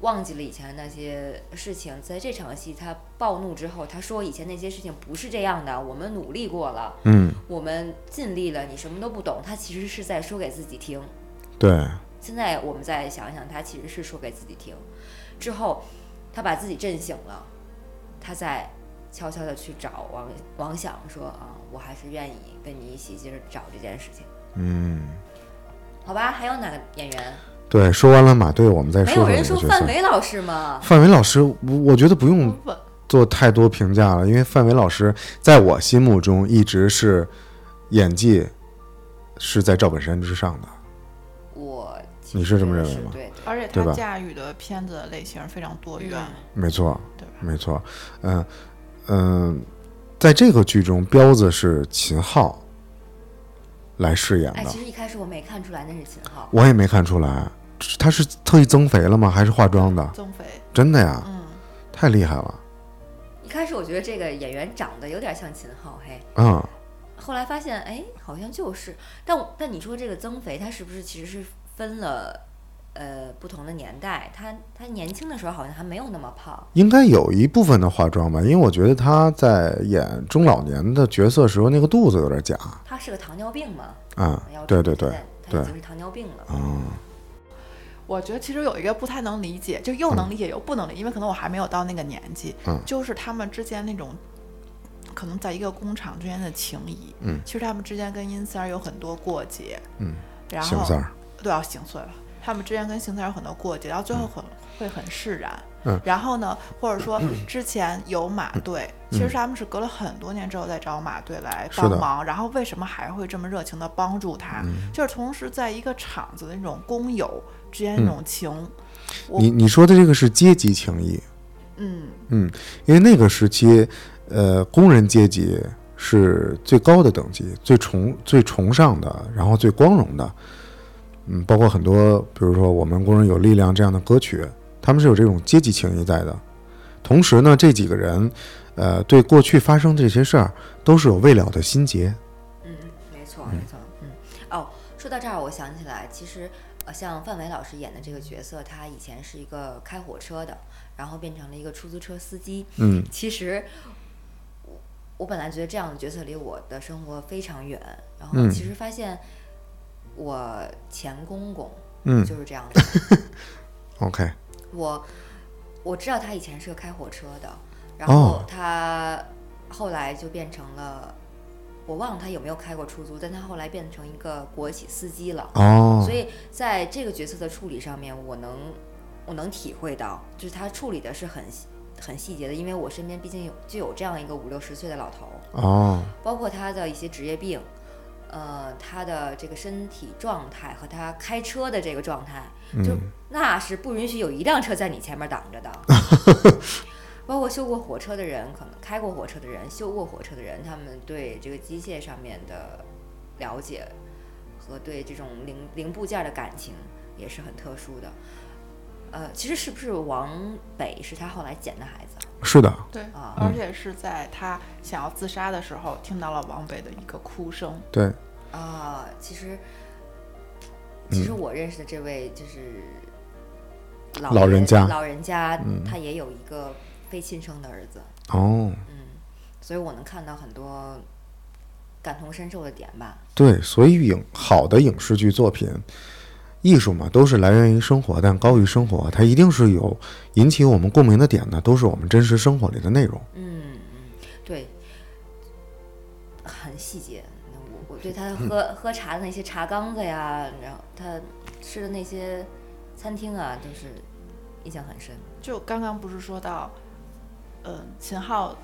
Speaker 3: 忘记了以前那些事情，在这场戏他暴怒之后，他说以前那些事情不是这样的，我们努力过了，
Speaker 2: 嗯，
Speaker 3: 我们尽力了，你什么都不懂，他其实是在说给自己听。
Speaker 2: 对，
Speaker 3: 现在我们再想一想，他其实是说给自己听。之后，他把自己震醒了，他再悄悄的去找王王想说啊，我还是愿意跟你一起接着找这件事情，
Speaker 2: 嗯，
Speaker 3: 好吧？还有哪个演员？
Speaker 2: 对。说完了马队，我们再
Speaker 3: 没
Speaker 2: 说哎说哪
Speaker 3: 有人
Speaker 2: 个
Speaker 3: 说
Speaker 2: 角
Speaker 3: 范
Speaker 2: 色。
Speaker 3: 伟老师吗？
Speaker 2: 范伟老师，我我觉得不用
Speaker 4: 问
Speaker 2: 做太多评价了，因为范伟老师在我心目中一直是演技是在赵本山之上的。
Speaker 3: 我
Speaker 2: 你是这么认为吗
Speaker 3: 其实觉得是对的，
Speaker 4: 而且
Speaker 2: 对吧
Speaker 4: 他驾驭的片子类型非常多元，
Speaker 2: 没错，
Speaker 4: 对吧？
Speaker 2: 没错，嗯、嗯、在这个剧中，彪子是秦昊来饰演
Speaker 3: 哎，
Speaker 2: 的
Speaker 3: 其，实一开始我没看出来那是秦昊，
Speaker 2: 我也没看出来，是他是特意增肥了吗？还是化妆的？
Speaker 4: 增肥，
Speaker 2: 真的呀，
Speaker 4: 嗯，
Speaker 2: 太厉害了，
Speaker 3: 一开始我觉得这个演员长得有点像秦昊，嘿，
Speaker 2: 嗯，
Speaker 3: 后来发现哎，好像就是，但我但你说这个增肥，他是不是其实是分了？呃，不同的年代，他他年轻的时候好像还没有那么胖，
Speaker 2: 应该有一部分的化妆吧，因为我觉得他在演中老年的角色时候，那个肚子有点假
Speaker 3: 他是个糖尿病嘛？
Speaker 2: 啊、
Speaker 3: 要
Speaker 2: 对对对
Speaker 3: 现在他
Speaker 2: 对
Speaker 3: 已，经是糖尿病了。
Speaker 2: 嗯
Speaker 4: 我觉得其实有一个不太能理解，就又能理解又不能理解，因为可能我还没有到那个年纪，
Speaker 2: 嗯
Speaker 4: 就是他们之间那种。可能在一个工厂之间的情谊，
Speaker 2: 嗯
Speaker 4: 其实他们之间跟殷三儿有很多过节，
Speaker 2: 嗯，
Speaker 4: 然后
Speaker 2: 行三儿，
Speaker 4: 都要行岁了。他们之间跟行岁有很多过节，然后最后很、会很释然。
Speaker 2: 嗯
Speaker 4: 然后呢，或者说之前有马队，其实他们是隔了很多年之后再找马队来
Speaker 2: 嗯是的嗯
Speaker 4: 帮忙，然后为什么还会这么热情的帮助他？就是同时在一个厂子的那种工友之
Speaker 2: 嗯
Speaker 4: 间那种情，我
Speaker 2: 你你说的这个是阶级情谊，
Speaker 4: 嗯，
Speaker 2: 嗯，因为那个时期，呃，工人阶级是最高的等级，最崇最崇尚的，然后最光荣的。嗯，包括很多，比如说我们工人有力量这样的歌曲，他们是有这种阶级情谊在的。同时呢，这几个人，呃，对过去发生的这些事儿都是有未了的心结。
Speaker 3: 嗯，没错，没错。嗯，哦，说到这儿，我想起来，其实呃，像范伟老师演的这个角色，他以前是一个开火车的，然后变成了一个出租车司机。
Speaker 2: 嗯
Speaker 3: 其实我我本来觉得这样的角色离我的生活非常远，然后
Speaker 2: 嗯
Speaker 3: 其实发现我前公公
Speaker 2: 嗯
Speaker 3: 就是这样的人。
Speaker 2: ，OK，
Speaker 3: 我我知道他以前是个开火车的，然
Speaker 2: 哦
Speaker 3: 后他后来就变成了，我忘了他有没有开过出租，但他后来变成一个国企司机了。
Speaker 2: 哦
Speaker 3: 所，以在这个角色的处理上面，我能我能体会到，就是他处理的是很细很细节的，因为我身边毕竟有就有这样一个五六十岁的老头儿，
Speaker 2: 哦，
Speaker 3: 包括他的一些职业病，呃，他的这个身体状态和他开车的这个状态，就那是不允许有一辆车在你前面挡着的。包括修过火车的人，可能开过火车的人，修过火车的人，他们对这个机械上面的了解和对这种零零部件的感情也是很特殊的。呃，其实是不是王北是他后来捡的孩子啊
Speaker 2: 是的，
Speaker 4: 对
Speaker 3: 啊，
Speaker 2: 嗯
Speaker 4: 而且是在他想要自杀的时候，听到了王北的一个哭声。
Speaker 2: 对，
Speaker 3: 啊，其实，其
Speaker 2: 嗯
Speaker 3: 实我认识的这位就是老
Speaker 2: 老人家嗯
Speaker 3: 老人家他也有一个非亲生的儿子，
Speaker 2: 哦，
Speaker 3: 所以我能看到很多感同身受的点吧。
Speaker 2: 对，所以影好的影视剧作品，艺术嘛，都是来源于生活，但高于生活，它一定是有引起我们共鸣的点的，都是我们真实生活里的内容。
Speaker 3: 嗯嗯，对，很细节。那我我对他喝 喝茶的那些茶缸子呀，然后他吃的那些餐厅啊，都是印象很深。
Speaker 4: 就刚刚不是说到，嗯、秦昊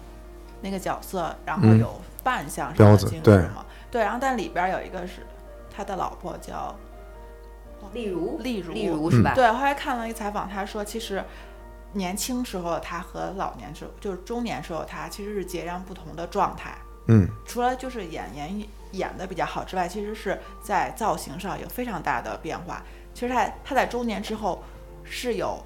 Speaker 4: 那个角色，然后
Speaker 2: 嗯
Speaker 4: 有扮相上
Speaker 2: 彪
Speaker 4: 的
Speaker 2: 子
Speaker 4: 精
Speaker 2: 对
Speaker 4: 致嘛，对，然后但里边有一个是他的老婆叫
Speaker 3: 例如，
Speaker 4: 例如
Speaker 3: 例如是吧？
Speaker 4: 对，后来看了一采访，他说其实年轻时候的他和老年时候，就是中年时候的他其实是截然不同的状态。
Speaker 2: 嗯，
Speaker 4: 除了就是演演演的比较好之外，其实是在造型上有非常大的变化。其实他他在中年之后是有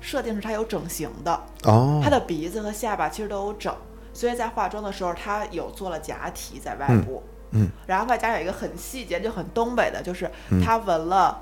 Speaker 4: 设定是他有整形的，
Speaker 2: 哦
Speaker 4: 他，的鼻子和下巴其实都有整，所以在化妆的时候他有做了假体在外部。
Speaker 2: 嗯嗯
Speaker 4: 然后外加有一个很细节，就很东北的，就是他纹了、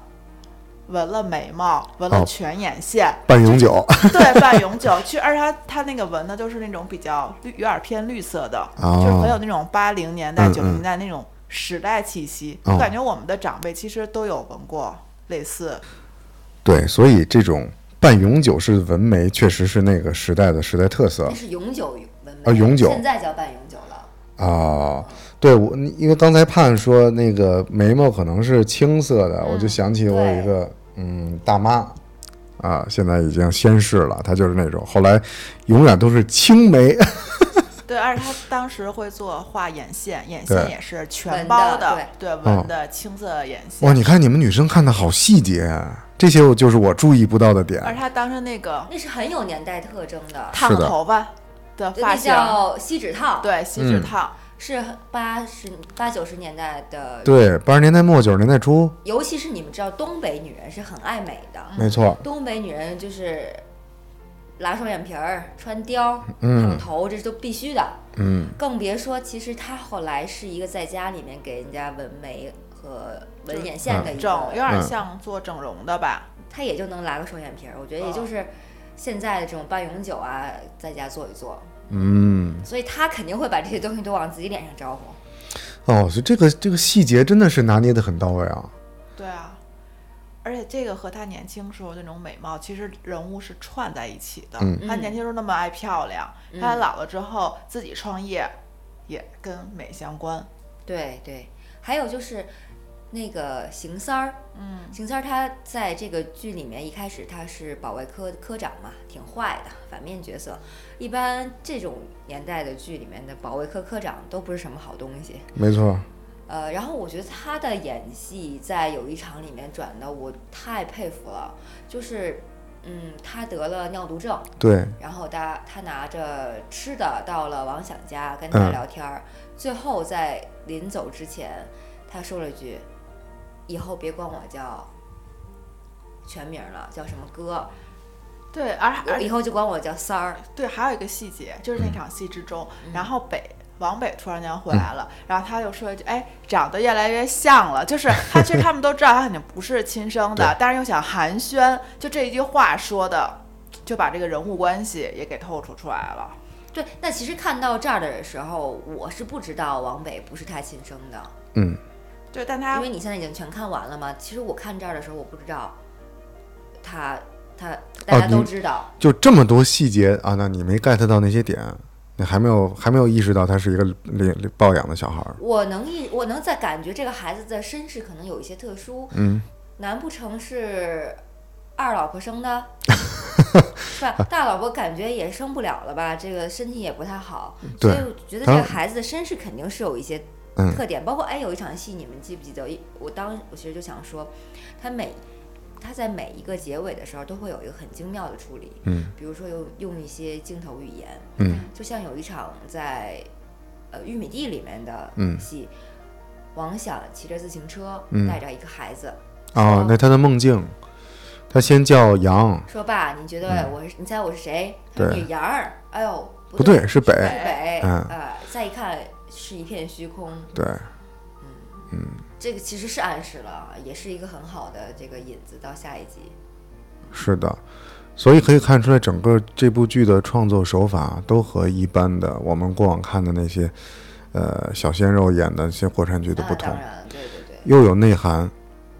Speaker 4: 纹了眉毛，纹
Speaker 2: 哦
Speaker 4: 了全眼线，
Speaker 2: 半永久
Speaker 4: 对，半永久。其实而且他他那个纹的就是那种比较绿，有点偏绿色的，
Speaker 2: 哦
Speaker 4: 就是很有那种八零年
Speaker 2: 嗯
Speaker 4: 代、
Speaker 2: 嗯
Speaker 4: 九零年代那种时代气息。
Speaker 2: 哦
Speaker 4: 我感觉我们的长辈其实都有纹过类似，
Speaker 2: 对，所以这种半永久式纹眉确实是那个时代的时代特色
Speaker 3: 那是永久纹眉
Speaker 2: 啊永久
Speaker 3: 现在叫半永久了。
Speaker 2: 啊、对我，因为刚才盼说那个眉毛可能是青色的，我就想起我有一个嗯大妈啊，现在已经仙逝了，她就是那种后来永远都是青眉。
Speaker 4: 对，而且他当时会做画眼线，眼
Speaker 2: 对
Speaker 4: 线也是全
Speaker 3: 纹
Speaker 4: 包
Speaker 3: 的
Speaker 4: 对
Speaker 2: 哦
Speaker 4: 纹的青色眼 线。
Speaker 2: 哇，你看你们女生看的好细节啊，这些我就是我注意不到的点。
Speaker 4: 而他当时那个
Speaker 3: 那是很有年代特征的，
Speaker 4: 烫
Speaker 2: 是的
Speaker 4: 头发的
Speaker 3: 那
Speaker 4: 发型，
Speaker 3: 叫锡纸烫，，
Speaker 4: 对锡
Speaker 2: 嗯
Speaker 4: 纸烫，
Speaker 3: 是八十八九十年代的，
Speaker 2: 对，八十年代末九十年代初，
Speaker 3: 尤其是你们知道东北女人是很爱美的，
Speaker 2: 没错，
Speaker 3: 东北女人就是拉双眼皮儿、穿貂、
Speaker 2: 嗯
Speaker 3: 烫头，这都必须的，
Speaker 2: 嗯，
Speaker 3: 更别说其实她后来是一个在家里面给人家纹眉和纹眼线的一
Speaker 4: 整有
Speaker 3: 个，
Speaker 4: 点
Speaker 2: 嗯
Speaker 4: 像做整容的吧。
Speaker 3: 她也就能拉个双眼皮儿，我觉得也就是现在的这种半永久啊，在家做一做，
Speaker 2: 嗯，
Speaker 3: 所以她肯定会把这些东西都往自己脸上招呼。
Speaker 2: 哦，所以这个这个细节真的是拿捏的很到位啊。
Speaker 4: 对啊，而且这个和他年轻时候那种美貌，其实人物是串在一起的。
Speaker 2: 嗯
Speaker 4: 他年轻时候那么爱漂亮，
Speaker 3: 嗯
Speaker 4: 他老了之后自己创业，也跟美相关。
Speaker 3: 对对，还有就是那个邢三儿，嗯，邢三儿他在这个剧里面一开始他是保卫科科长嘛，挺坏的反面角色。一般这种年代的剧里面的保卫科科长都不是什么好东西。
Speaker 2: 没错，
Speaker 3: 呃，然后我觉得他的演戏在有一场里面转的，我太佩服了。就是，嗯，他得了尿毒症，
Speaker 2: 对，
Speaker 3: 然后他他拿着吃的到了王想家跟他
Speaker 2: 嗯
Speaker 3: 聊天儿，最后在临走之前，他说了一句：“以后别管我叫全名了，叫什么哥，
Speaker 4: 对，而而
Speaker 3: 以后就管我叫三儿。
Speaker 4: 对，还有一个细节，就是那场戏之中，
Speaker 3: 嗯
Speaker 4: 然后北王北突然间回来了，然后他又说一句：“哎，长得越来越像了。”就是他其实他们都知道他肯定不是亲生的，但是又想寒暄，就这一句话说的，就把这个人物关系也给透出出来了。”
Speaker 3: 对，那其实看到这儿的时候，我是不知道王北不是他亲生的，
Speaker 2: 嗯，
Speaker 4: 对，但他
Speaker 3: 因为你现在已经全看完了嘛。其实我看这儿的时候，我不知道他他大
Speaker 2: 哦
Speaker 3: 家都
Speaker 2: 你
Speaker 3: 知道，
Speaker 2: 就这么多细节啊，那你没 get 到那些点，你还没有还没有意识到他是一个领领抱养的小孩儿。
Speaker 3: 我能意，我能在感觉这个孩子的身世可能有一些特殊，
Speaker 2: 嗯，
Speaker 3: 难不成是二老婆 生的？是吧？大老婆感觉也生不了了吧？这个身体也不太好，所
Speaker 2: 对
Speaker 3: 以我觉得这
Speaker 2: 当
Speaker 3: 个
Speaker 2: 然
Speaker 3: 孩子的身世肯定是有一些
Speaker 2: 嗯
Speaker 3: 特点，包括哎，有一场戏你们记不记得？一我当我其实就想说，他每它在每一个结尾的时候都会有一个很精妙的处理，
Speaker 2: 嗯
Speaker 3: 比如说用用一些镜头语言，
Speaker 2: 嗯
Speaker 3: 就像有一场在呃玉米地里面的
Speaker 2: 嗯
Speaker 3: 戏，王想骑着自行车
Speaker 2: 嗯
Speaker 3: 带着一个孩子，
Speaker 2: 哦，那他的梦境，他先叫羊，
Speaker 3: 说爸，你觉得我是、你猜我是谁？他说
Speaker 2: 嗯对
Speaker 3: 女羊儿，哎呦，
Speaker 2: 不
Speaker 3: 对，
Speaker 2: 对，是北，
Speaker 3: 是北，
Speaker 2: 嗯
Speaker 3: 呃，再一看是一片虚空，
Speaker 2: 对，
Speaker 3: 这个其实是暗示了，啊也是一个很好的这个引子到下一集。
Speaker 2: 是的，所以可以看出来，整个这部剧的创作手法都和一般的我们过往看的那些，呃，小鲜肉演的一些国产剧都
Speaker 3: 啊
Speaker 2: 不同
Speaker 3: 当，然，对对对，
Speaker 2: 又有内涵，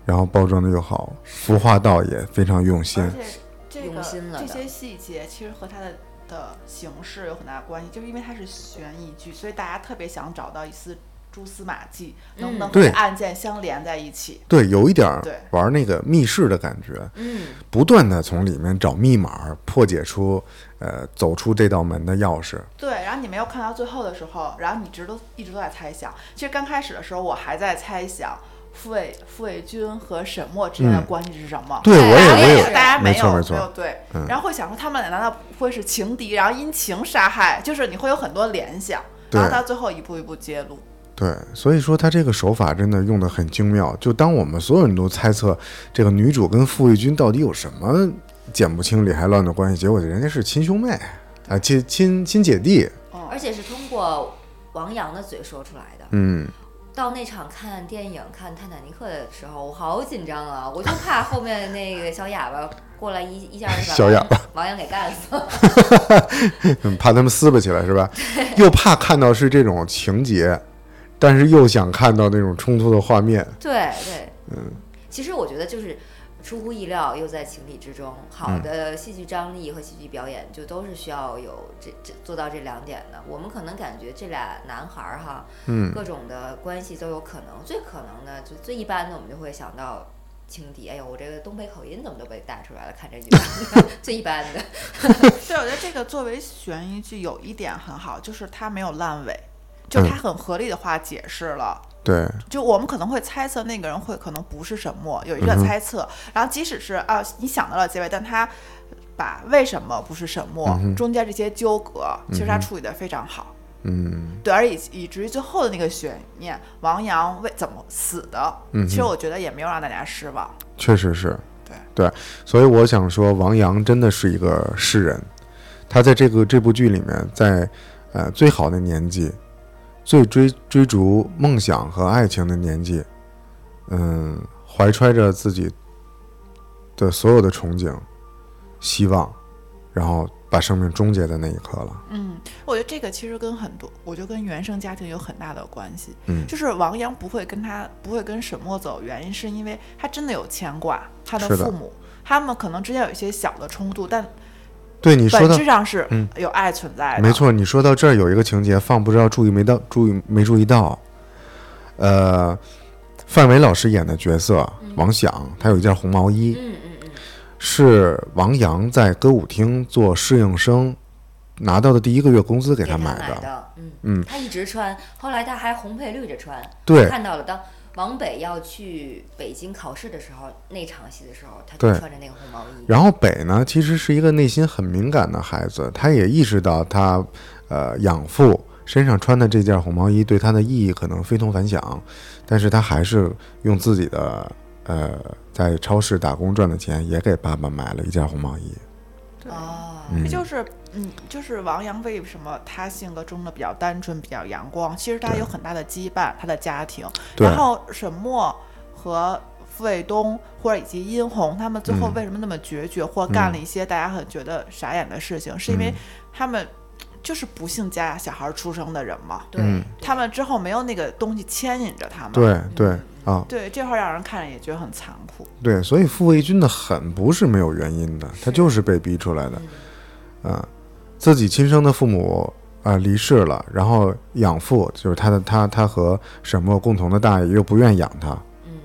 Speaker 2: 然后包装的又好，服化道也非常用心
Speaker 3: 啊
Speaker 4: 而。且这
Speaker 3: 用
Speaker 4: 个
Speaker 3: 心了
Speaker 4: 这
Speaker 3: 的
Speaker 4: 些细节其实和它的的形式有很大的关系，就是因为它是悬疑剧，所以大家特别想找到一丝蛛丝马迹，能不能
Speaker 3: 嗯
Speaker 2: 对
Speaker 4: 和案件相连在一起？
Speaker 2: 对，有一点儿
Speaker 4: 对
Speaker 2: 玩那个密室的感觉，
Speaker 3: 嗯，
Speaker 2: 不断的从里面找密码，破解出，呃，走出这道门的钥匙。
Speaker 4: 对，然后你没有看到最后的时候，然后你一直都一直都在猜想。其实刚开始的时候，我还在猜想傅卫傅卫军和沈墨之间的
Speaker 2: 嗯
Speaker 4: 关系是什么。
Speaker 2: 对，
Speaker 3: 对
Speaker 2: 我也，
Speaker 3: 然后
Speaker 2: 我
Speaker 3: 也
Speaker 2: 也
Speaker 3: 是
Speaker 4: 大家
Speaker 2: 没
Speaker 4: 没有
Speaker 2: 错没错嗯
Speaker 4: 有对，然后会想说他们俩难道不会是情敌，然后因情杀害？就是你会有很多联想，然后
Speaker 2: 对
Speaker 4: 到最后一步一步揭露。
Speaker 2: 对，所以说他这个手法真的用的很精妙。就当我们所有人都猜测这个女主跟傅玉君到底有什么剪不清理还乱的关系，结果人家是亲兄妹啊，亲亲亲姐弟。
Speaker 4: 嗯
Speaker 3: 而且是通过王阳的嘴说出来的。
Speaker 2: 嗯，
Speaker 3: 到那场看电影看《泰坦尼克》的时候，我好紧张啊！我就怕后面那个小哑巴过来一一下就把
Speaker 2: 小哑巴
Speaker 3: 王阳给干死了。
Speaker 2: 嗯 怕他们撕巴起来是吧？又怕看到是这种情节，但是又想看到那种冲突的画面。
Speaker 3: 对对，嗯，其实我觉得就是出乎意料，又在情理之中。好的戏剧张力和戏剧表演，就都是需要有这这做到这两点的。我们可能感觉这俩男孩儿哈，
Speaker 2: 嗯，
Speaker 3: 各种的关系都有可能，最可能的就最一般的，我们就会想到。情敌，哎呦，我这个东北口音怎么都被带出来了？看这句话，最一般的，
Speaker 4: 对，我觉得这个作为悬疑剧有一点很好，就是它没有烂尾，就
Speaker 2: 嗯
Speaker 4: 它很合理的话解释了。
Speaker 2: 对，
Speaker 4: 就我们可能会猜测那个人会可能不是沈墨，有一
Speaker 2: 嗯
Speaker 4: 个猜测。然后即使是啊，你想到了结尾，但他把为什么不是沈墨、中间这些纠葛，其实他处理的非常好。
Speaker 2: 嗯
Speaker 4: 对，而以以至于最后的那个悬念，王阳为怎么死的，
Speaker 2: 嗯
Speaker 4: 其实我觉得也没有让大家失望。
Speaker 2: 确实是。
Speaker 4: 对
Speaker 2: 对，所以我想说，王阳真的是一个诗人。他在这个这部剧里面，在呃最好的年纪，最追追逐梦想和爱情的年纪，嗯，怀揣着自己的所有的憧憬、希望，然后把生命终结在那一刻了。
Speaker 4: 嗯，我觉得这个其实跟很多，我觉得跟原生家庭有很大的关系。
Speaker 2: 嗯
Speaker 4: 就是王阳不会跟他不会跟沈墨走，原因是因为他真的有牵挂他的
Speaker 2: 是的
Speaker 4: 父母，他们可能之间有一些小的冲突，但
Speaker 2: 对你说
Speaker 4: 本
Speaker 2: 到
Speaker 4: 质上是
Speaker 2: 嗯
Speaker 4: 有爱存在的。
Speaker 2: 没，错，你说到这儿有一个情节，放不知道注意没到，注意没注意到？呃，范伟老师演的角色王响，他有一件红毛衣，
Speaker 3: 嗯嗯嗯，
Speaker 2: 是王阳在歌舞厅做适应生拿到的第一个月工资给
Speaker 3: 给他
Speaker 2: 他买
Speaker 3: 的，
Speaker 2: 的。
Speaker 3: 嗯
Speaker 2: 嗯
Speaker 3: 他一直穿，后来他还红配绿着穿，
Speaker 2: 对
Speaker 3: 看到了当王北要去北京考试的时候，那场戏的时候，他就
Speaker 2: 对
Speaker 3: 穿着那个红毛衣，
Speaker 2: 然后北呢，其实是一个内心很敏感的孩子，他也意识到他呃养父身上穿的这件红毛衣对他的意义可能非同凡响，但是他还是用自己的呃在超市打工赚的钱也给爸爸买了一件红毛衣。
Speaker 3: 哦，
Speaker 4: 这就是嗯，就是王阳为什么他性格中的比较单纯、比较阳光，其实他有很大的羁绊，他的家庭。
Speaker 2: 对
Speaker 4: 然后沈墨和傅卫东或者以及殷红，他们最
Speaker 2: 嗯
Speaker 4: 后为什么那么决绝，或干了一些大家很觉得傻眼的事情，是因为
Speaker 2: 嗯
Speaker 4: 他们就是不幸家小孩出生的人嘛，
Speaker 3: 对，
Speaker 2: 嗯
Speaker 4: 他们之后没有那个东西牵引着他们。
Speaker 2: 对对啊，
Speaker 4: 对，这会儿让人看着也觉得很残酷。
Speaker 2: 对，所以傅卫军的狠不是没有原因的，他
Speaker 3: 是
Speaker 2: 就是被逼出来的。
Speaker 3: 嗯
Speaker 2: 啊，自己亲生的父母啊、呃离世了，然后养父就是他的他他和沈墨共同的大爷又不愿养他，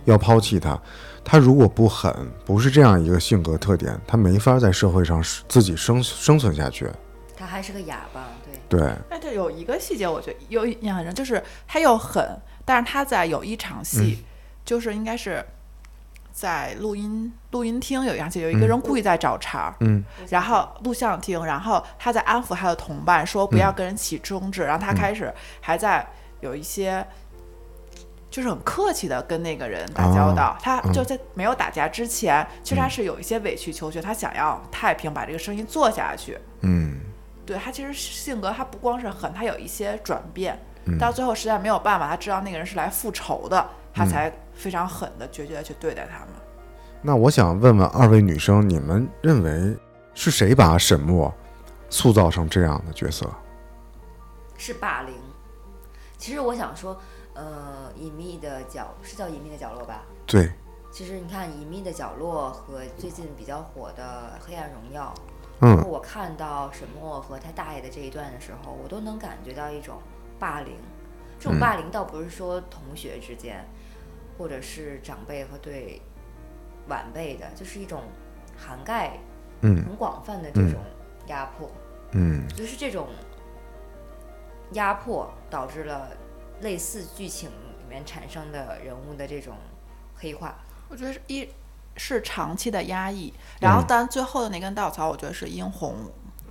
Speaker 2: 要抛弃他。他如果不狠，不是这样一个性格特点，他没法在社会上是自己生生存下去。
Speaker 3: 他还是个哑巴，对，
Speaker 2: 对，
Speaker 4: 哎，对，有一个细节我觉得有印象很深，就是他又狠，但是他在有一场戏，就是应该是在录音录音厅有一样戏，有一个人故意在找茬儿，
Speaker 2: 嗯
Speaker 4: 然后录像厅，然后他在安抚他的同伴，说
Speaker 2: 嗯
Speaker 4: 不要跟人起争执，然后他开始还在有一些。就是很客气的跟那个人打交道，
Speaker 2: 哦
Speaker 4: 他
Speaker 2: 嗯
Speaker 4: 就在没有打架之前，其实他是有一些委曲求全，他想要太平，把这个生意做下去。
Speaker 2: 嗯
Speaker 4: 对他其实性格，他不光是狠，他有一些转变，
Speaker 2: 嗯
Speaker 4: 到最后实在没有办法，他知道那个人是来复仇的，
Speaker 2: 嗯
Speaker 4: 他才非常狠的、决绝的去对待他们。
Speaker 2: 那我想问问二位女生，你们认为是谁把沈墨塑造成这样的角色？
Speaker 3: 是霸凌。其实我想说，呃，隐秘的角是叫隐秘的角落吧？
Speaker 2: 对，
Speaker 3: 其实你看《隐秘的角落》和最近比较火的《黑暗荣耀》，
Speaker 2: 嗯
Speaker 3: 然后我看到沈墨和他大爷的这一段的时候，我都能感觉到一种霸凌。
Speaker 2: 嗯
Speaker 3: 这种霸凌倒不是说同学之间，或者是长辈和对晚辈的，就是一种涵盖
Speaker 2: 嗯
Speaker 3: 很广泛的这种压迫。
Speaker 2: 嗯
Speaker 3: 就是这种压迫导致了类似剧情里面产生的人物的这种黑化。
Speaker 4: 我觉得是一是长期的压抑，然
Speaker 2: 嗯
Speaker 4: 后但最后的那根稻草，我觉得是殷红，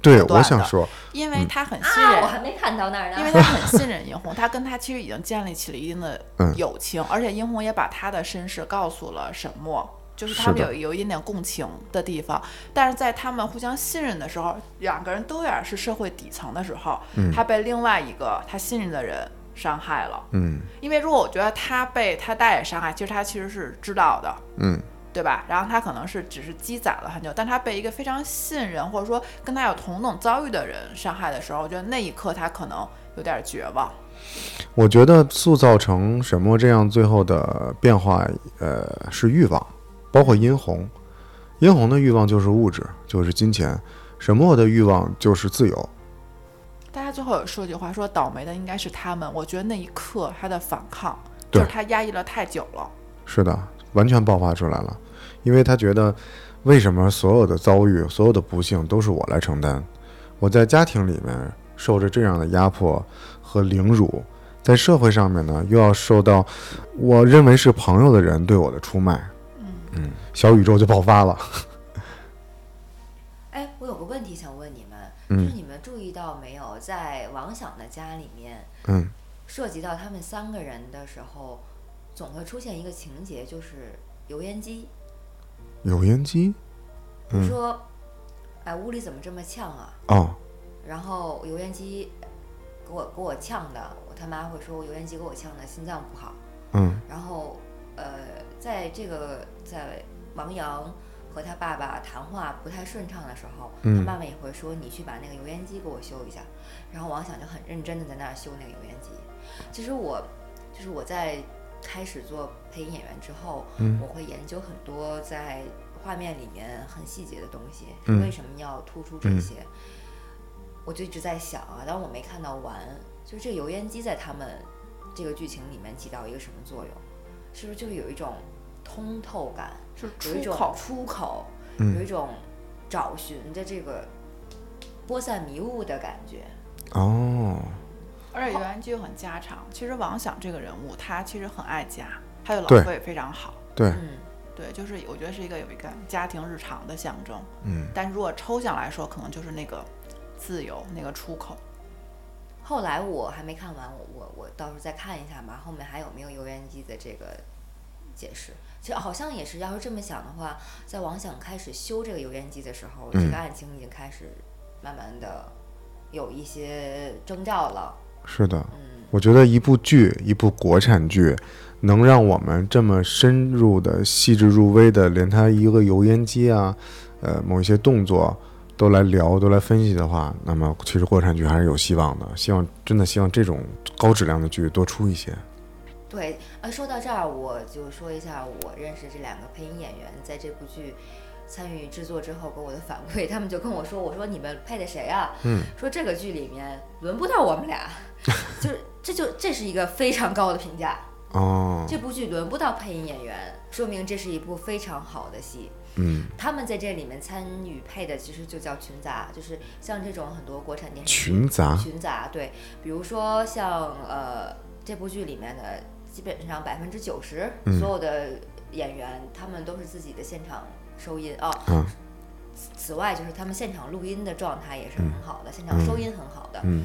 Speaker 2: 对，
Speaker 4: 判断
Speaker 2: 我想
Speaker 4: 的
Speaker 2: 说，
Speaker 4: 因
Speaker 2: 嗯
Speaker 4: 为他很信
Speaker 3: 啊，我
Speaker 4: 任，
Speaker 3: 还没看到那儿
Speaker 4: 因为
Speaker 3: 呢。
Speaker 4: 他很信任殷红，他跟他其实已经建立起了一定的
Speaker 2: 嗯
Speaker 4: 友情，而且殷红也把他的身世告诉了沈墨，就是
Speaker 2: 是
Speaker 4: 他们
Speaker 2: 的
Speaker 4: 有有一点点共情的地方，但是在他们互相信任的时候，两个人都有点是社会底层的时候，他被另外一个他信任的人伤害了，
Speaker 2: 嗯
Speaker 4: 因为如果我觉得他被他大爷伤害，其实他其实是知道的，
Speaker 2: 嗯
Speaker 4: 对吧？然后他可能是只是积攒了很久，但他被一个非常信任或者说跟他有同等遭遇的人伤害的时候，我觉得那一刻他可能有点绝望。
Speaker 2: 我觉得塑造成沈墨这样最后的变化，呃，是欲望，包括殷红。殷红的欲望就是物质，就是金钱；沈墨的欲望就是自由。
Speaker 4: 大家最后有说一句话，说倒霉的应该是他们。我觉得那一刻他的反抗，就
Speaker 2: 对
Speaker 4: 是他压抑了太久了。
Speaker 2: 是的，完全爆发出来了，因为他觉得，为什么所有的遭遇、所有的不幸都是我来承担？我在家庭里面受着这样的压迫和凌辱，在社会上面呢，又要受到我认为是朋友的人对我的出卖。嗯，小宇宙就爆发了。
Speaker 3: 哎，我有个问题想问你们，就是你们注意到没有，在王想的家里面，
Speaker 2: 嗯，
Speaker 3: 涉及到他们三个人的时候，总会出现一个情节，就是油烟机。
Speaker 2: 油烟机
Speaker 3: 比如说，哎，屋里怎么这么呛啊？
Speaker 2: 哦，
Speaker 3: 然后油烟机给我给我呛的，我他妈会说我油烟机给我呛的，心脏不好。
Speaker 2: 嗯
Speaker 3: 然后呃，在这个在王阳和他爸爸谈话不太顺畅的时候，他
Speaker 2: 嗯
Speaker 3: 妈妈也会说：“你去把那个油烟机给我修一下。”然后王想就很认真的在那儿修那个油烟机。其实我就是我在开始做配音演员之后，
Speaker 2: 嗯
Speaker 3: 我会研究很多在画面里面很细节的东西，是
Speaker 2: 嗯
Speaker 3: 为什么要突出这些？我就一直在想啊，但我没看到完，就是这个油烟机在他们这个剧情里面起到一个什么作用？是不是就是有一种通透感，
Speaker 4: 就是
Speaker 3: 有
Speaker 4: 出
Speaker 3: 一种
Speaker 4: 口，
Speaker 3: 出口，
Speaker 2: 嗯
Speaker 3: 有一种找寻的这个播散迷雾的感觉？
Speaker 2: 哦，
Speaker 4: 而且原剧又很家常。其实王想这个人物，他其实很爱家，他对老
Speaker 2: 对
Speaker 4: 婆也非常好。
Speaker 2: 对，
Speaker 3: 嗯，
Speaker 4: 对，就是我觉得是一个有一个家庭日常的象征。
Speaker 2: 嗯，
Speaker 4: 但如果抽象来说，可能就是那个自由那个出口。
Speaker 3: 后来我还没看完，我我我到时候再看一下吧，后面还有没有油烟机的这个解释？其实好像也是，要是这么想的话，在王想开始修这个油烟机的时候，这
Speaker 2: 嗯
Speaker 3: 个案情已经开始慢慢的有一些征兆了。
Speaker 2: 是的。
Speaker 3: 嗯，
Speaker 2: 我觉得一部剧，一部国产剧，能让我们这么深入的、细致入微的，连它一个油烟机啊，呃，某一些动作都来聊、都来分析的话，那么其实国产剧还是有希望的。希望真的希望这种高质量的剧多出一些。
Speaker 3: 对，呃，说到这儿，我就说一下我认识这两个配音演员在这部剧参与制作之后给我的反馈，他们就跟我说，我说你们配的谁啊？嗯，说这个剧里面轮不到我们俩，就是这就这是一个非常高的评价，
Speaker 2: 哦，
Speaker 3: 这部剧轮不到配音演员，说明这是一部非常好的戏。
Speaker 2: 嗯，
Speaker 3: 他们在这里面参与配的其实就叫群杂，就是像这种很多国产电视剧
Speaker 2: 群杂，
Speaker 3: 群杂，对，比如说
Speaker 2: 嗯
Speaker 3: 像呃这部剧里面的基本上百分之九十所有的演员，他们都是自己的现场收音哦。
Speaker 2: 嗯
Speaker 3: 此此外，就是他们现场录音的状态也是很好的，现场收音很好的，
Speaker 2: 嗯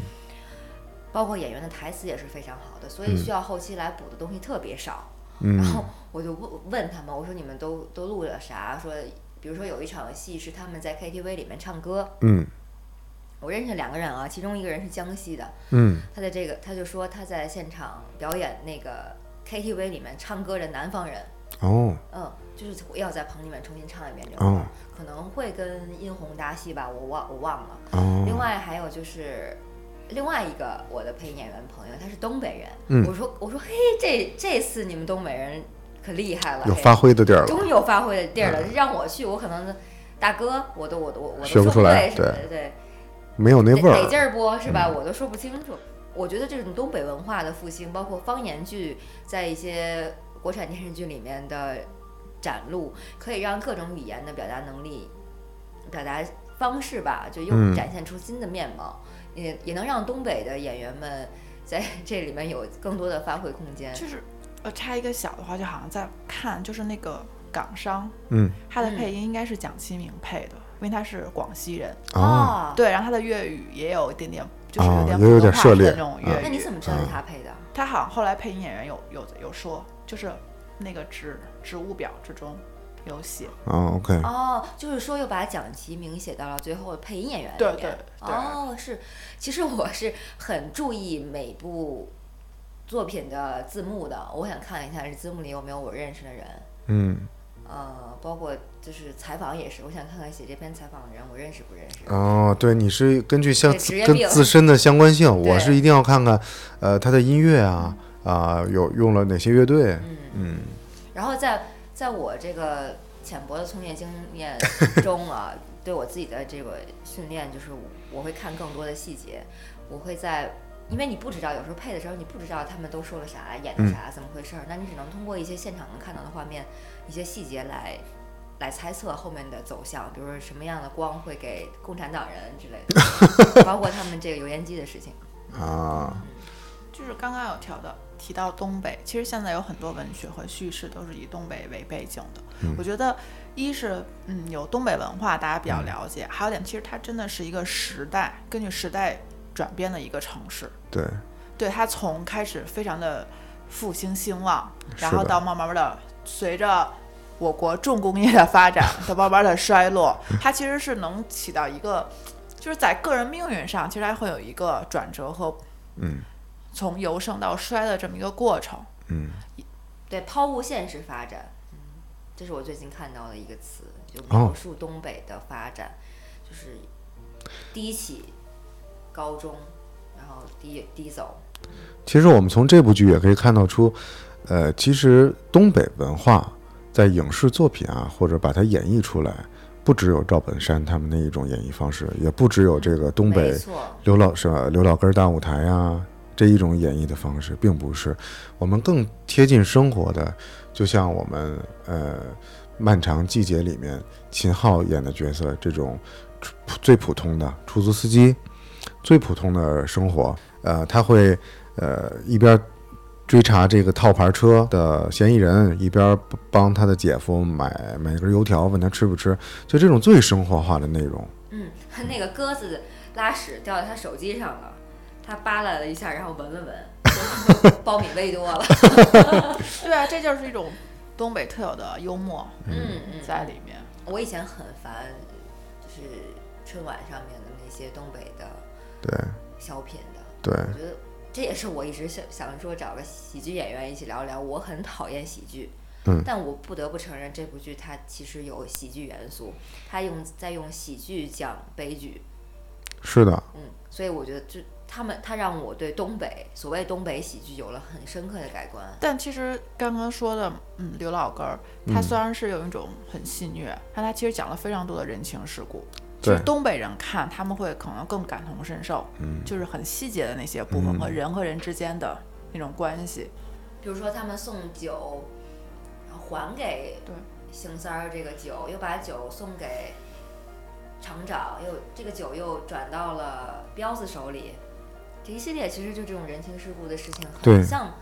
Speaker 3: 包括演员的台词也是非常好的，所以需要后期来补的东西特别少。
Speaker 2: 嗯
Speaker 3: 然后我就问问他们，我说你们都都录了啥？说比如说有一场戏是他们在 KTV 里面唱歌，
Speaker 2: 嗯
Speaker 3: 我认识两个人啊，其中一个人是江西的，
Speaker 2: 嗯
Speaker 3: 他在这个他就说他在现场表演那个 KTV 里面唱歌的南方人，
Speaker 2: 哦
Speaker 3: 嗯，就是要在棚里面重新唱一遍这个歌，
Speaker 2: 哦
Speaker 3: 可能会跟殷红搭戏吧，我忘我忘了。另
Speaker 2: 哦
Speaker 3: 外还有就是。另外一个我的配音演员朋友，他是东北人，
Speaker 2: 嗯
Speaker 3: 我说我说嘿，这这次你们东北人可厉害了，
Speaker 2: 有
Speaker 3: 嘿
Speaker 2: 发挥的地儿了，嗯
Speaker 3: 终于有发挥的地儿了，让我去，我可能大哥我都我都我我都
Speaker 2: 学不出来
Speaker 3: 对对对，
Speaker 2: 没有那味
Speaker 3: 哪哪
Speaker 2: 儿嗯
Speaker 3: 劲
Speaker 2: 了。
Speaker 3: 儿播是吧？我都说不清楚。我觉得这种东北文化的复兴，包括方言剧在一些国产电视剧里面的展露，可以让各种语言的表达能力、表达方式吧，就又
Speaker 2: 嗯
Speaker 3: 展现出新的面貌，也也能让东北的演员们在这里面有更多的发挥空间。
Speaker 4: 就是呃，插一个小的话，就好像在看，就是那个港商，
Speaker 2: 嗯
Speaker 4: 他的
Speaker 3: 嗯
Speaker 4: 配音应该是蒋奇明配的，因为他是广西人。
Speaker 2: 哦，
Speaker 3: 啊，
Speaker 4: 对，然后他的粤语也有一点点，就是
Speaker 2: 哦
Speaker 4: 有点
Speaker 2: 也有
Speaker 4: 普通
Speaker 2: 点
Speaker 4: 话
Speaker 2: 涉
Speaker 4: 的
Speaker 2: 猎
Speaker 4: 那种
Speaker 2: 啊
Speaker 4: 粤语。
Speaker 3: 那你怎么知道是他配的？
Speaker 4: 他好像后来配音演员有有有说，就是那个职职务表之中有写。
Speaker 2: 哦，OK，
Speaker 4: 嗯
Speaker 3: 哦，就是说又把蒋奇明写到了最后的配音演员里
Speaker 4: 对
Speaker 3: 面。
Speaker 4: 对对
Speaker 3: 哦，是，其实我是很注意每部作品的字幕的，我想看一下这字幕里有没有我认识的人，
Speaker 2: 嗯
Speaker 3: 呃，包括就是采访也是，我想看看写这篇采访的人我认识不认识。
Speaker 2: 哦，对，你是根据相
Speaker 3: 对职业
Speaker 2: 跟
Speaker 3: 病
Speaker 2: 自身的相关 性，我
Speaker 3: 对
Speaker 2: 是一定要看看，呃，他的音乐啊啊、有用了哪些乐队，嗯
Speaker 3: 然后在在我这个浅薄的从业经验中啊，对我自己的这个训练，就是我会看更多的细节，我会在。因为你不知道，有时候配的时候你不知道他们都说了啥，演的啥，怎么回事儿，那你只能通过一些现场能看到的画面、一些细节来来猜测后面的走向，比如说什么样的光会给共产党人之类的，包括他们这个油烟机的事情。
Speaker 2: 啊，
Speaker 4: 就是刚刚有提到提到东北，其实现在有很多文学和叙事都是以东北为背景的。我觉得一是嗯有东北文化大家比较了解，还有一点其实它真的是一个时代根据时代转变的一个城市，
Speaker 2: 对，
Speaker 4: 对它从开始非常的复兴兴旺，然
Speaker 2: 是
Speaker 4: 后
Speaker 2: 的
Speaker 4: 到慢慢的随着。我国重工业的发展， 到慢慢的衰落，它其实是能起到一个，就是在个人命运上，其实它会有一个转折和
Speaker 2: 嗯
Speaker 4: 从由盛到衰的这么一个过程。
Speaker 2: 嗯，
Speaker 3: 对，抛物线式发展，嗯，这是我最近看到的一个词，就
Speaker 2: 哦
Speaker 3: 描述东北的发展，就是低起高中，然后低低走，
Speaker 2: 其实我们从这部剧也可以看到出，呃，其实东北文化在影视作品啊，或者把它演绎出来，不只有赵本山他们那一种演绎方式，也不只有这个东北
Speaker 3: 没错，
Speaker 2: 刘老是吧？刘老根儿大舞台啊，这一种演绎的方式，并不是我们更贴近生活的，就像我们呃《漫长季节》里面秦昊演的角色这种普最普通的出租司机，最普通的生活。呃，他会呃一边追查这个套牌车的嫌疑人，一边帮他的姐夫买买根油条，问他吃不吃，就这种最生活化的内容。
Speaker 3: 嗯，那个鸽子拉屎掉在他手机上了，他扒拉了一下，然后闻了闻， 苞米喂多了，
Speaker 4: 对啊，这就是一种东北特有的幽默
Speaker 3: 嗯嗯，
Speaker 4: 在里面。
Speaker 3: 我以前很烦，就是春晚上面的那些东北的
Speaker 2: 对
Speaker 3: 小品的，
Speaker 2: 对，
Speaker 3: 我觉得这也是我一直想想说找个喜剧演员一起聊一聊。我很讨厌喜剧，
Speaker 2: 嗯
Speaker 3: 但我不得不承认这部剧它其实有喜剧元素，它用在用喜剧讲悲剧，
Speaker 2: 是的。
Speaker 3: 嗯，所以我觉得这他们他让我对东北所谓东北喜剧有了很深刻的改观。
Speaker 4: 但其实刚刚说的，嗯，刘老根儿，他虽然是有一种很戏谑，但他其实讲了非常多的人情世故。就
Speaker 2: 对嗯
Speaker 4: 是东北人看他们会可能更感同身受，就是很细节的那些部分和人和人之间的那种关系。
Speaker 3: 比如说他们送酒，然后还给
Speaker 4: 对
Speaker 3: 邢三儿这个酒，又把酒送给厂长，又这个酒又转到了彪子手里，这一系列其实就这种人情世故的事情，
Speaker 2: 对
Speaker 3: 很像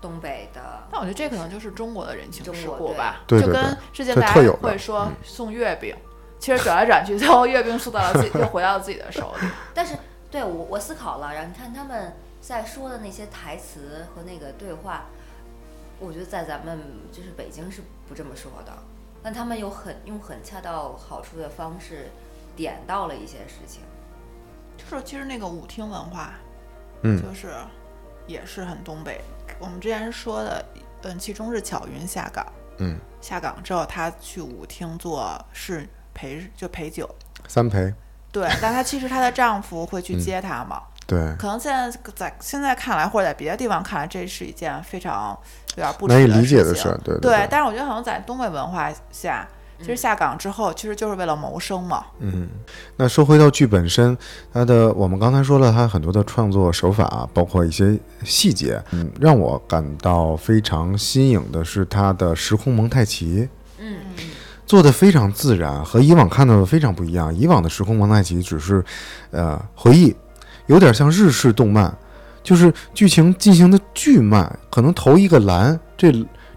Speaker 3: 东北的，
Speaker 4: 但我觉得这可能就是中国的人情世
Speaker 3: 中国
Speaker 4: 故
Speaker 3: 对
Speaker 4: 吧，
Speaker 2: 对
Speaker 4: 就
Speaker 2: 对
Speaker 4: 跟
Speaker 2: 对
Speaker 4: 之前
Speaker 2: 这
Speaker 4: 大
Speaker 2: 特
Speaker 4: 家
Speaker 2: 有的嗯
Speaker 4: 会说送月饼，其实转来转去，最后月饼送到了 自己，又回到自己的手里。
Speaker 3: 但是对我我思考了，然后你看他们在说的那些台词和那个对话，我觉得在咱们就是北京是不这么说的，但他们有很用很恰到好处的方式点到了一些事情。
Speaker 4: 就是其实那个舞厅文化，
Speaker 2: 嗯
Speaker 4: 就是也是很东北。我们之前说的，嗯，其中是巧云下岗，
Speaker 2: 嗯，
Speaker 4: 下岗之后他去舞厅做侍陪，就陪酒。
Speaker 2: 三陪，
Speaker 4: 对，但她其实她的丈夫会
Speaker 2: 嗯
Speaker 4: 去接她嘛。
Speaker 2: 对，
Speaker 4: 可能现在在现在看来，或者在别的地方看来，这是一件非常有点不
Speaker 2: 难以
Speaker 4: 耻
Speaker 2: 理解的
Speaker 4: 情
Speaker 2: 事儿对对
Speaker 4: 对
Speaker 2: 对
Speaker 4: 但是我觉得好像在东北文化下，其实下岗之后，其实就是为了谋生嘛。
Speaker 2: 嗯，那说回到剧本身，它的我们刚才说了，它很多的创作手法，包括一些细节，嗯，让我感到非常新颖的是它的时空蒙太奇
Speaker 3: 嗯，
Speaker 2: 做的非常自然，和以往看到的非常不一样。以往的时空蒙太奇只是，呃，回忆，有点像日式动漫，就是剧情进行的巨慢，可能投一个篮，这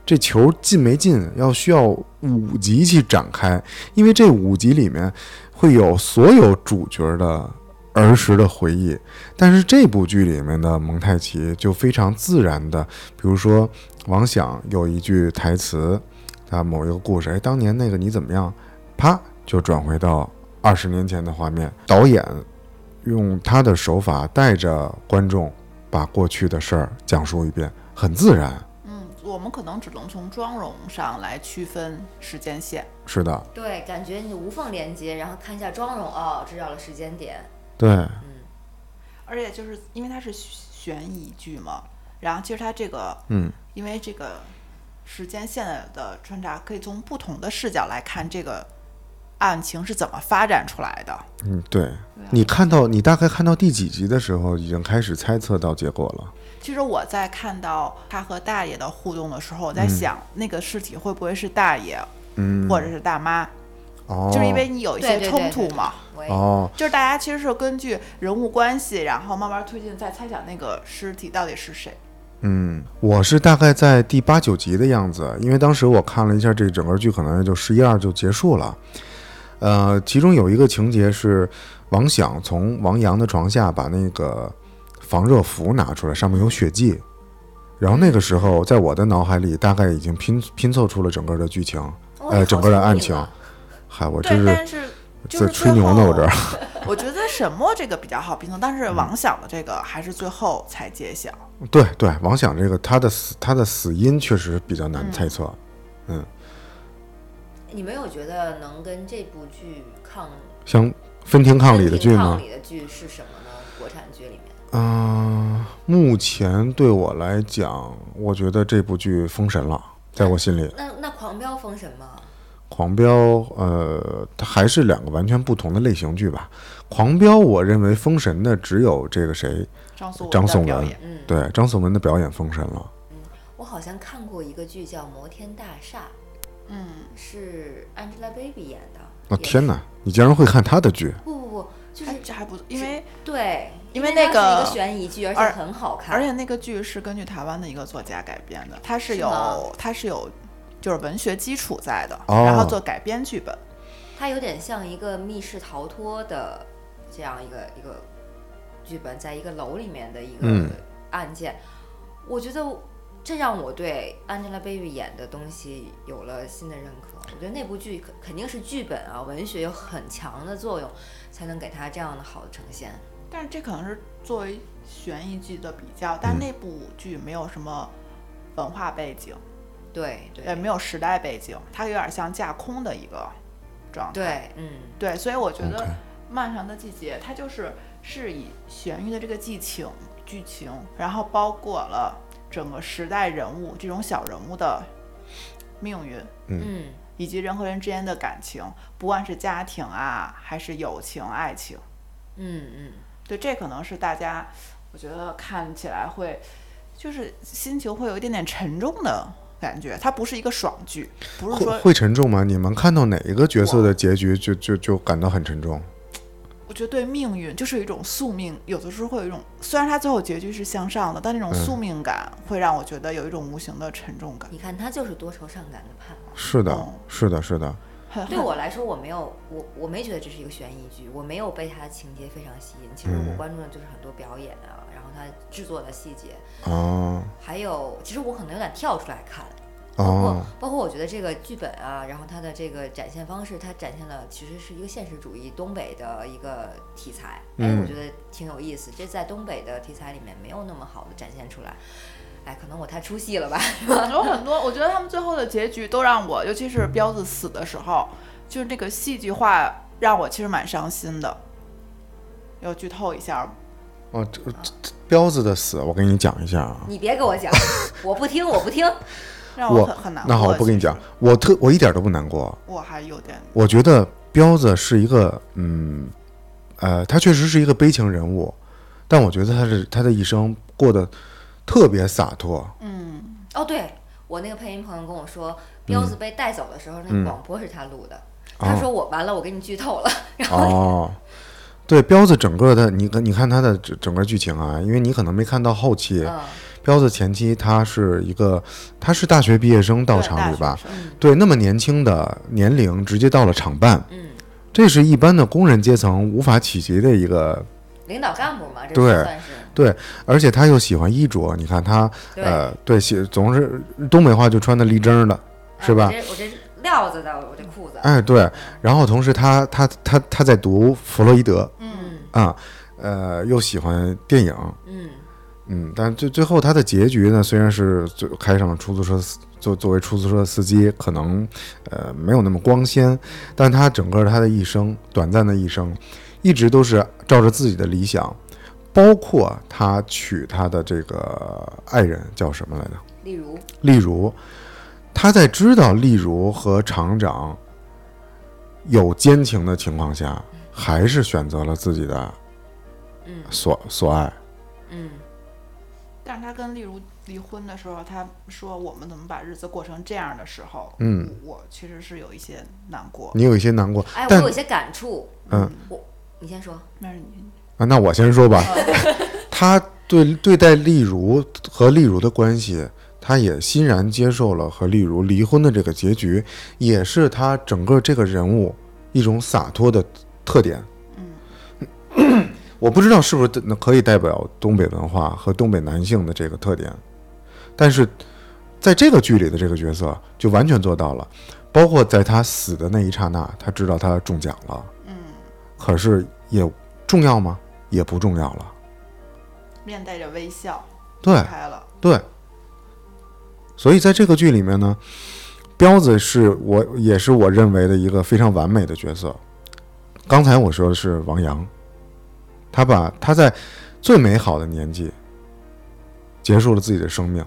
Speaker 2: 这球进没进，要需要五集去展开，因为这五集里面会有所有主角的儿时的回忆。但是这部剧里面的蒙太奇就非常自然的，比如说王响有一句台词啊，某一个故事，哎，当年那个你怎么样？啪，就转回到二十年前的画面。导演用他的手法带着观众把过去的事儿讲述一遍，很自然。
Speaker 4: 嗯，我们可能只能从妆容上来区分时间线。
Speaker 2: 是的，
Speaker 3: 对，感觉你无缝连接，然后看一下妆容，哦，知道了时间点。
Speaker 2: 对，
Speaker 4: 而且就是因为它是悬疑剧嘛，然后其实它这个，
Speaker 2: 嗯，
Speaker 4: 因为这个时间线的穿插，可以从不同的视角来看这个案情是怎么发展出来的。
Speaker 2: 嗯，对。你看到你大概看到第几集的时候，已经开始猜测到结果了。
Speaker 4: 其实我在看到他和大爷的互动的时候，我在想、那个尸体会不会是大爷，
Speaker 2: 嗯，
Speaker 4: 或者是大妈，
Speaker 2: 哦，
Speaker 4: 就是因为你有一些
Speaker 3: 对对对
Speaker 4: 冲突嘛。
Speaker 3: 我也
Speaker 2: 哦，
Speaker 4: 就是大家其实是根据人物关系，然后慢慢推进，再猜想那个尸体到底是谁。
Speaker 2: 嗯，我是大概在第八九集的样子，因为当时我看了一下这整个剧，可能也就十一二就结束了。呃，其中有一个情节是王响从王阳的床下把那个防热服拿出来，上面有血迹。然后那个时候，在我的脑海里大概已经拼拼凑出了整个的剧情。
Speaker 3: 哇
Speaker 2: 呃
Speaker 3: 好
Speaker 2: 整个的
Speaker 3: 聪
Speaker 2: 案
Speaker 3: 明
Speaker 2: 情
Speaker 3: 啊
Speaker 2: 嗨，我
Speaker 4: 对
Speaker 2: 真，是
Speaker 4: 但是就
Speaker 2: 在
Speaker 4: 是
Speaker 2: 吹
Speaker 4: 最
Speaker 2: 牛呢，
Speaker 4: 后
Speaker 2: 我这儿。
Speaker 4: 我觉得沈墨这个比较好评论，但是
Speaker 2: 嗯
Speaker 4: 王响的这个还是最后才揭晓。
Speaker 2: 对对，王响这个他的死他的死因确实比较难猜测。
Speaker 3: 你们有觉得能跟这部剧抗
Speaker 2: 像分庭抗礼的剧吗
Speaker 3: 抗？礼的剧是什么呢？国产剧里面，
Speaker 2: 嗯、目前对我来讲，我觉得这部剧封神了，在我心里，《
Speaker 3: 那那《狂飙》封神吗？
Speaker 2: 狂飙》呃，它还是两个完全不同的类型剧吧。《狂飙》我认为封神的只有这个谁，
Speaker 4: 张颂文
Speaker 2: 张颂
Speaker 4: 的表
Speaker 2: 文
Speaker 4: 演，
Speaker 3: 嗯，
Speaker 2: 对张颂文的表演封神了。
Speaker 3: 我好像看过一个剧叫《摩天大厦
Speaker 4: 嗯，》，
Speaker 3: 是 Angelababy 演的。
Speaker 2: 我、
Speaker 3: 也
Speaker 2: 哦天哪，你竟然会看他的剧？
Speaker 3: 不不不，就是
Speaker 4: 哎，这还不错，因为
Speaker 3: 对，
Speaker 4: 因
Speaker 3: 因
Speaker 4: 为
Speaker 3: 它
Speaker 4: 那个
Speaker 3: 是一个悬疑剧，而且
Speaker 4: 而
Speaker 3: 很好看，
Speaker 4: 而且那个剧是根据台湾的一个作家改编的，它是
Speaker 3: 是
Speaker 4: 有
Speaker 3: 吗
Speaker 4: 它是有就是文学基础在的，
Speaker 2: 哦
Speaker 4: 然后做改编剧本。
Speaker 3: 它有点像一个密室逃脱的这样一个一个剧本，在一个楼里面的一个
Speaker 2: 嗯
Speaker 3: 案件。我觉得这让我对 Angelababy 演的东西有了新的认可。我觉得那部剧肯肯定是剧本啊，文学有很强的作用，才能给它这样的好的呈现。
Speaker 4: 但是这可能是作为悬疑剧的比较，但
Speaker 2: 嗯
Speaker 4: 那部剧没有什么文化背景，
Speaker 3: 对对
Speaker 4: 也没有时代背景，它有点像架空的一个状态。
Speaker 3: 对，嗯，
Speaker 4: 对，所以我觉得
Speaker 2: OK
Speaker 4: 《漫长的季节》它就是是以悬疑的这个剧情剧情，然后包裹了整个时代人物这种小人物的命运，
Speaker 3: 嗯，
Speaker 4: 以及人和人之间的感情，不管是家庭啊，还是友情、爱情。
Speaker 3: 嗯嗯，
Speaker 4: 对，这可能是大家我觉得看起来会就是心情会有一点点沉重的感觉，它不是一个爽剧，不是
Speaker 2: 会
Speaker 4: 说
Speaker 2: 会沉重吗？你们看到哪一个角色的结局就就就感到很沉重？
Speaker 4: 我觉得对命运就是有一种宿命，有的时候会有一种，虽然它最后结局是向上的，但
Speaker 2: 嗯
Speaker 4: 那种宿命感会让我觉得有一种无形的沉重感。
Speaker 3: 你看他就是多愁善感的盼望。
Speaker 2: 是的
Speaker 4: 哦，
Speaker 2: 是的，是的，
Speaker 4: 很
Speaker 3: 对
Speaker 4: 很
Speaker 3: 我来说，我没有我我没觉得这是一个悬疑剧，我没有被他的情节非常吸引。其实
Speaker 2: 嗯
Speaker 3: 我关注的就是很多表演啊，然后他制作的细节，
Speaker 2: 哦
Speaker 3: 还有其实我可能有点跳出来看，包括、
Speaker 2: 哦，
Speaker 3: 包括我觉得这个剧本啊，然后它的这个展现方式，它展现了其实是一个现实主义东北的一个题材，哎，
Speaker 2: 嗯
Speaker 3: 我觉得挺有意思，这在东北的题材里面没有那么好的展现出来。哎，可能我太出戏了吧？
Speaker 4: 有很多，我觉得他们最后的结局都让我，尤其是彪子死的时候，就是那个戏剧化，让我其实蛮伤心的。要剧透一下吗，
Speaker 2: 哦，这这这彪子的死，我给你讲一下啊。
Speaker 3: 你别给我讲，我不听，我不听。
Speaker 4: 让
Speaker 2: 我
Speaker 4: 哦很很难过。
Speaker 2: 那好，我不跟你讲
Speaker 4: 其实，，
Speaker 2: 我特我一点都不难过。
Speaker 4: 我还有点
Speaker 2: 我觉得彪子是一个，嗯，呃，他确实是一个悲情人物，但我觉得他是他的一生过得特别洒 脱。
Speaker 3: 哦，对我那个配音朋友跟我说，彪
Speaker 2: 嗯
Speaker 3: 子被带走的时候，那个广播是他录的。他说我完了，我给你剧透了。然后
Speaker 2: 哦，对，彪子整个的，你看你看他的整整个剧情啊，因为你可能没看到后期，
Speaker 3: 嗯，
Speaker 2: 彪子前期他是一个，他是大学毕业生到厂里吧？？
Speaker 4: 对大学生
Speaker 2: 对，那么年轻的年龄直接到了厂办，
Speaker 3: 嗯，
Speaker 2: 这是一般的工人阶层无法企及的一个。
Speaker 3: 领导干部嘛，这
Speaker 2: 对
Speaker 3: 就算是
Speaker 2: 对，而且他又喜欢衣着，你看他，
Speaker 3: 对。
Speaker 2: 呃，对，喜总是东北话就穿的立正的，是吧
Speaker 3: 啊、？我这我这料子的，我这裤子。
Speaker 2: 哎，对。然后同时他他他他在读弗洛伊德
Speaker 3: 嗯
Speaker 2: 啊、呃，又喜欢电影，
Speaker 3: 嗯，
Speaker 2: 嗯，但最最后他的结局呢，虽然是最开上了出租车司，作作为出租车司机，可能呃没有那么光鲜，但他整个他的一生，短暂的一生，一直都是照着自己的理想，包括他娶他的这个爱人叫什么来着？
Speaker 3: 例如，
Speaker 2: 例如，他在知道例如和厂长有奸情的情况下，还是选择了自己的
Speaker 3: 嗯
Speaker 2: 所所爱。
Speaker 3: 嗯，
Speaker 4: 但是他跟例如离婚的时候，他说我们怎么把日子过成这样的时候，
Speaker 2: 嗯
Speaker 4: 我，我其实是有一些难过。
Speaker 2: 你有一些难过，
Speaker 3: 哎，我
Speaker 2: 但
Speaker 3: 有一些感触。
Speaker 2: 嗯，
Speaker 3: 我你先说。
Speaker 4: 但是你
Speaker 2: 啊，那我先说吧。他对对待丽如和丽如的关系，他也欣然接受了和丽如离婚的这个结局，也是他整个这个人物一种洒脱的特点。嗯， 我不知道是不是可以代表东北文化和东北男性的这个特点，但是在这个剧里的这个角色就完全做到了。包括在他死的那一刹那，他知道他中奖了，嗯，可是也重要吗？也不重要了。
Speaker 4: 面带着微笑
Speaker 2: 对
Speaker 4: 开了，
Speaker 2: 对，所以在这个剧里面呢，彪子是我也是我认为的一个非常完美的角色。刚才我说的是王阳，他把他在最美好的年纪结束了自己的生命，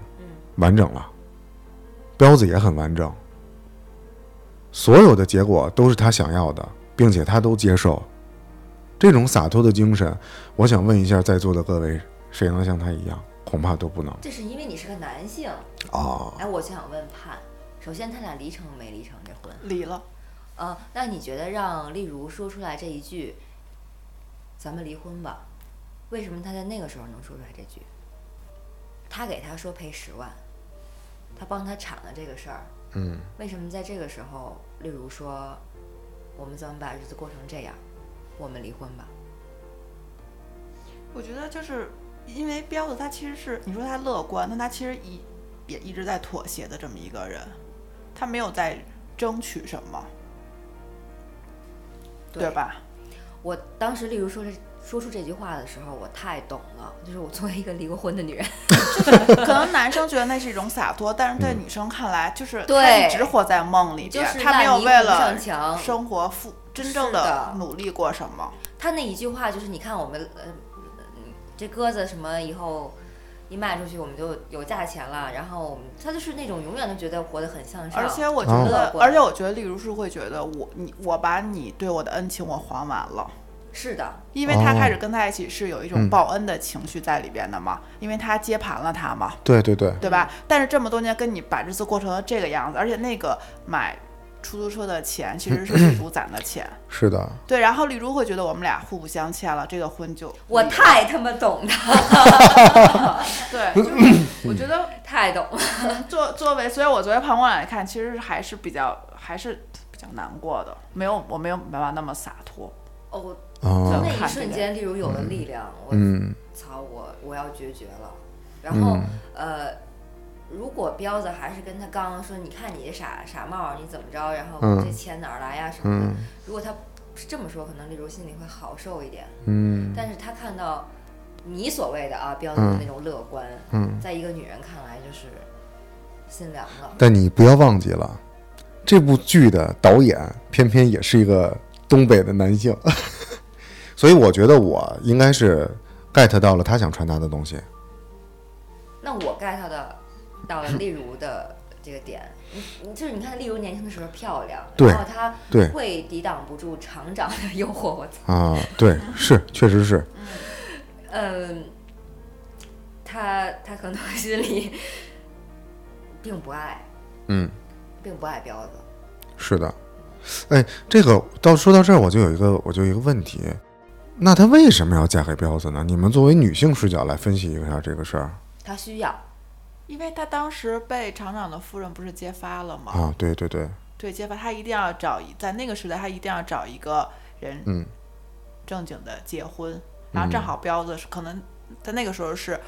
Speaker 2: 完整了。彪子也很完整，所有的结果都是他想要的，并且他都接受。这种洒脱的精神，我想问一下在座的各位，谁能像他一样？恐怕都不能
Speaker 3: 这是因为你是个男性。
Speaker 2: 啊。
Speaker 3: 哎，我就想问盼，首先他俩离成没离成这婚？
Speaker 4: 离了。
Speaker 3: 呃，那你觉得让例如说出来这一句，咱们离婚吧？为什么他在那个时候能说出来这句？他给他说赔十万，他帮他铲了这个事儿。
Speaker 2: 嗯，
Speaker 3: 为什么在这个时候，例如说，我们怎么把日子过成这样？我们离婚吧。
Speaker 4: 我觉得就是因为彪子他其实是你说他乐观，但他其实一也一直在妥协的这么一个人，他没有在争取什么，对 吧？
Speaker 3: 我当时，例如说这说出这句话的时候，我太懂了，就是我作为一个离过婚的女人，
Speaker 4: 可能男生觉得那是一种洒脱，但是对女生看来，就是她
Speaker 3: 对
Speaker 4: 一直活在梦里
Speaker 3: 就
Speaker 4: 边，
Speaker 3: 是
Speaker 4: 她没有
Speaker 3: 烂
Speaker 4: 为
Speaker 3: 泥扶不
Speaker 4: 了
Speaker 3: 上墙
Speaker 4: 生活付真正
Speaker 3: 是
Speaker 4: 的
Speaker 3: 的
Speaker 4: 努力过什么。
Speaker 3: 他那一句话就是，你看我们呃这鸽子什么以后一卖出去，我们就有价钱了，然后我们他就是那种永远都觉得活得很向上，
Speaker 4: 而且我觉
Speaker 2: 哦
Speaker 4: 得
Speaker 3: 乐，观
Speaker 4: 而且我觉得，例如是会觉得我你我把你对我的恩情我还完了。
Speaker 3: 是的，
Speaker 4: 因为他
Speaker 2: 哦
Speaker 4: 开始跟他一起是有一种报恩的情绪在里边的嘛，因为他接盘了他嘛，
Speaker 2: 对对对，
Speaker 4: 对吧？但是这么多年跟你把日子过成了这个样子，而且那个买出租车的钱其实是李如攒的钱。
Speaker 2: 是的，啊
Speaker 4: 对，然后丽茹会觉得我们俩互不相欠了，这个婚就
Speaker 3: 我太他妈懂了，
Speaker 4: 对，就是我觉得呃
Speaker 3: 太懂了。
Speaker 4: 作作为，所以我作为旁观者来看，其实还是比较还是比较难过的，没有我没有办法那么洒脱。
Speaker 3: 哦，
Speaker 4: 怎
Speaker 2: 哦
Speaker 4: 么，
Speaker 3: 那一瞬间，例如有了力量，我
Speaker 2: 嗯
Speaker 3: 操，我我要决绝了。然后、呃，如果彪子还是跟他刚说，你看你这傻傻帽儿，你怎么着？然后
Speaker 2: 嗯
Speaker 3: 这钱哪儿来呀、什么的。
Speaker 2: 嗯
Speaker 3: 如果他是这么说，可能例如心里会好受一点。
Speaker 2: 嗯
Speaker 3: 但是他看到你所谓的啊彪子的那种乐观，
Speaker 2: 嗯，
Speaker 3: 在一个女人看来就是心凉了。
Speaker 2: 但你不要忘记了，这部剧的导演偏偏也是一个东北的男性， 所以我觉得我应该是 get 到了他想传达的东西。
Speaker 3: 那我 get 的到了例如的这个点，嗯你你就是你看例如年轻的时候漂亮，
Speaker 2: 对
Speaker 3: 然后她
Speaker 2: 对
Speaker 3: 会抵挡不住厂长的诱惑，我操，
Speaker 2: 啊，对，是，确实是，
Speaker 3: 嗯，她她可能心里并不爱，
Speaker 2: 嗯。
Speaker 3: 并不爱彪子，
Speaker 2: 是的，哎，这个到说到这儿，我就有一个，我就有一个问题，那她为什么要嫁给彪子呢？你们作为女性视角来分析一下这个事儿
Speaker 3: 她需要，
Speaker 4: 因为他当时被厂长的夫人不是揭发了吗？
Speaker 2: 啊，对对对，
Speaker 4: 对，揭发他一定要找一，在那个时代他一定要找一个人
Speaker 2: 嗯
Speaker 4: 正经的结婚，然后正好彪子是可能在那个时候是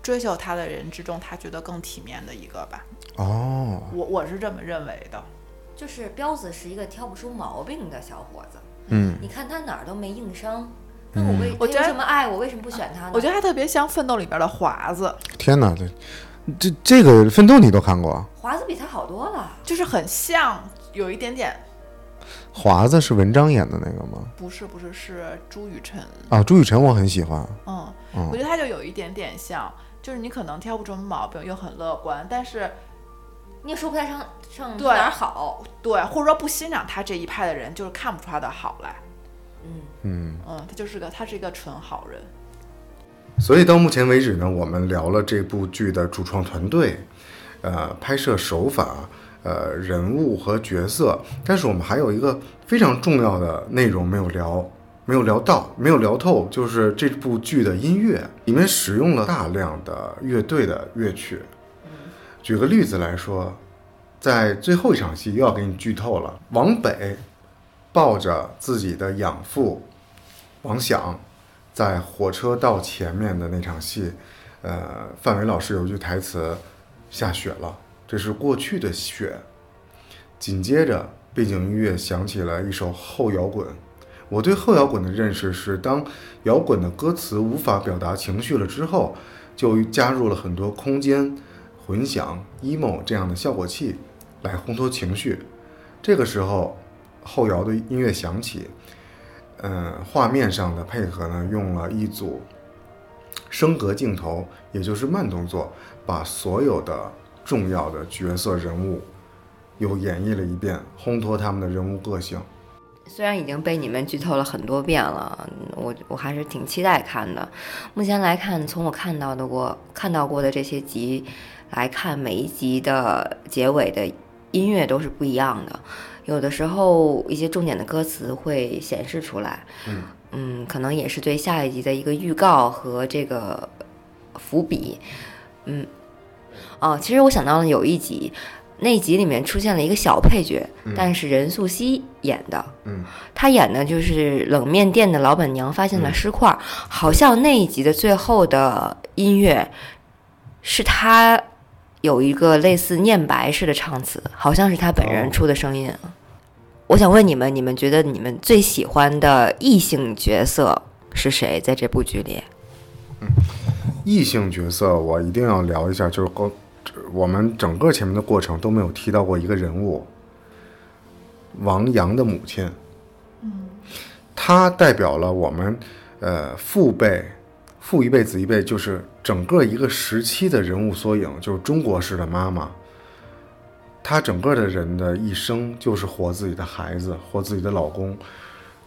Speaker 4: 追求他的人之中，他觉得更体面的一个吧，
Speaker 2: 哦，
Speaker 4: 我我是这么认为的。
Speaker 3: 就是彪子是一个挑不出毛病的小伙子，
Speaker 2: 嗯
Speaker 3: 你看他哪儿都没硬伤。那我为
Speaker 4: 我
Speaker 3: 他
Speaker 4: 觉
Speaker 3: 有
Speaker 4: 得
Speaker 3: 什么爱我为什么不选他呢？
Speaker 4: 我觉得他特别像《奋斗》里边的华子，
Speaker 2: 天哪，这这这个《奋斗》你都看过？
Speaker 3: 华子比他好多了。
Speaker 4: 就是很像，有一点点
Speaker 2: 华子是文章演的那个吗？
Speaker 4: 不是不是是朱雨辰，
Speaker 2: 啊，朱雨辰我很喜欢，
Speaker 4: 嗯，
Speaker 2: 嗯
Speaker 4: 我觉得他就有一点点像，就是你可能挑不出什么毛病，又很乐观，但是
Speaker 3: 你也说不太上上
Speaker 4: 对
Speaker 3: 哪儿好，
Speaker 4: 对或者说不欣赏他这一派的人，就是看不出他的好来，
Speaker 3: 嗯，
Speaker 2: 嗯。
Speaker 4: 嗯，他就是个他是一个纯好人，
Speaker 2: 所以到目前为止呢，我们聊了这部剧的主创团队，呃，拍摄手法，呃，人物和角色，但是我们还有一个非常重要的内容没有聊，没有聊到，没有聊透，就是这部剧的音乐里面使用了大量的乐队的乐曲。举个例子来说，在最后一场戏又要给你剧透了，王北抱着自己的养父王响，在火车到前面的那场戏，呃，范伟老师有一句台词：“下雪了，这是过去的雪。”紧接着，背景音乐响起了一首后摇滚。我对后摇滚的认识是，当摇滚的歌词无法表达情绪了之后，就加入了很多空间、混响、emo 这样的效果器来烘托情绪。这个时候，后摇的音乐响起，嗯，画面上的配合呢，用了一组升格镜头，也就是慢动作，把所有的重要的角色人物又演绎了一遍，烘托他们的人物个性。
Speaker 3: 虽然已经被你们剧透了很多遍了，嗯我我还是挺期待看的。目前来看，从我看到的过看到过的这些集来看，每一集的结尾的音乐都是不一样的。有的时候一些重点的歌词会显示出来，
Speaker 2: 嗯
Speaker 3: 嗯可能也是对下一集的一个预告和这个伏笔，嗯，哦，其实我想到了有一集，那集里面出现了一个小配角，但是任素汐演的，
Speaker 2: 嗯，
Speaker 3: 她演的就是冷面店的老板娘发现了尸块儿，好像那一集的最后的音乐是她有一个类似念白式的唱词，好像是她本人
Speaker 2: 哦
Speaker 3: 出的声音。我想问你们，你们觉得你们最喜欢的异性角色是谁？在这部剧里，
Speaker 2: 异性角色我一定要聊一下，就是刚我们整个前面的过程都没有提到过一个人物，王阳的母亲。嗯，她代表了我们呃父辈、父一辈、子一辈，就是整个一个时期的人物缩影，就是中国式的妈妈。她整个的人的一生就是活自己的孩子，活自己的老公，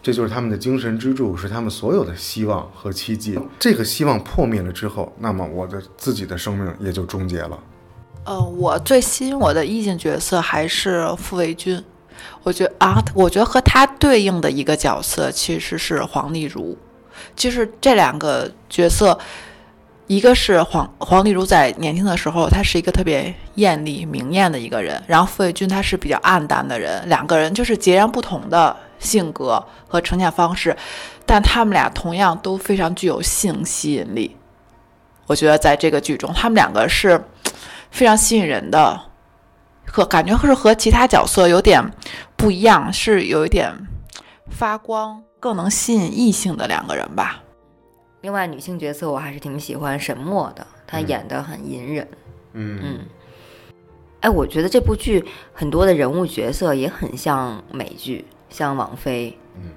Speaker 2: 这就是他们的精神支柱，是他们所有的希望和希冀。这个希望破灭了之后，那么我的自己的生命也就终结了。
Speaker 4: 呃，我最吸引我的异性角色还是傅维军，我觉得啊，我觉得和他对应的一个角色其实是黄丽茹，就是这两个角色，一个是黄黄丽茹在年轻的时候，她是一个特别艳丽明艳的一个人，然后傅卫军他是比较暗淡的人，两个人就是截然不同的性格和呈现方式，但他们俩同样都非常具有性吸引力。我觉得在这个剧中，他们两个是非常吸引人的，和感觉是和其他角色有点不一样，是有一点发光，更能吸引异性的两个人吧。
Speaker 3: 另外，女性角色我还是挺喜欢沈墨的，她演的很隐忍。
Speaker 2: 嗯
Speaker 3: 嗯，哎，我觉得这部剧很多的人物角色也很像美剧，像王菲。嗯，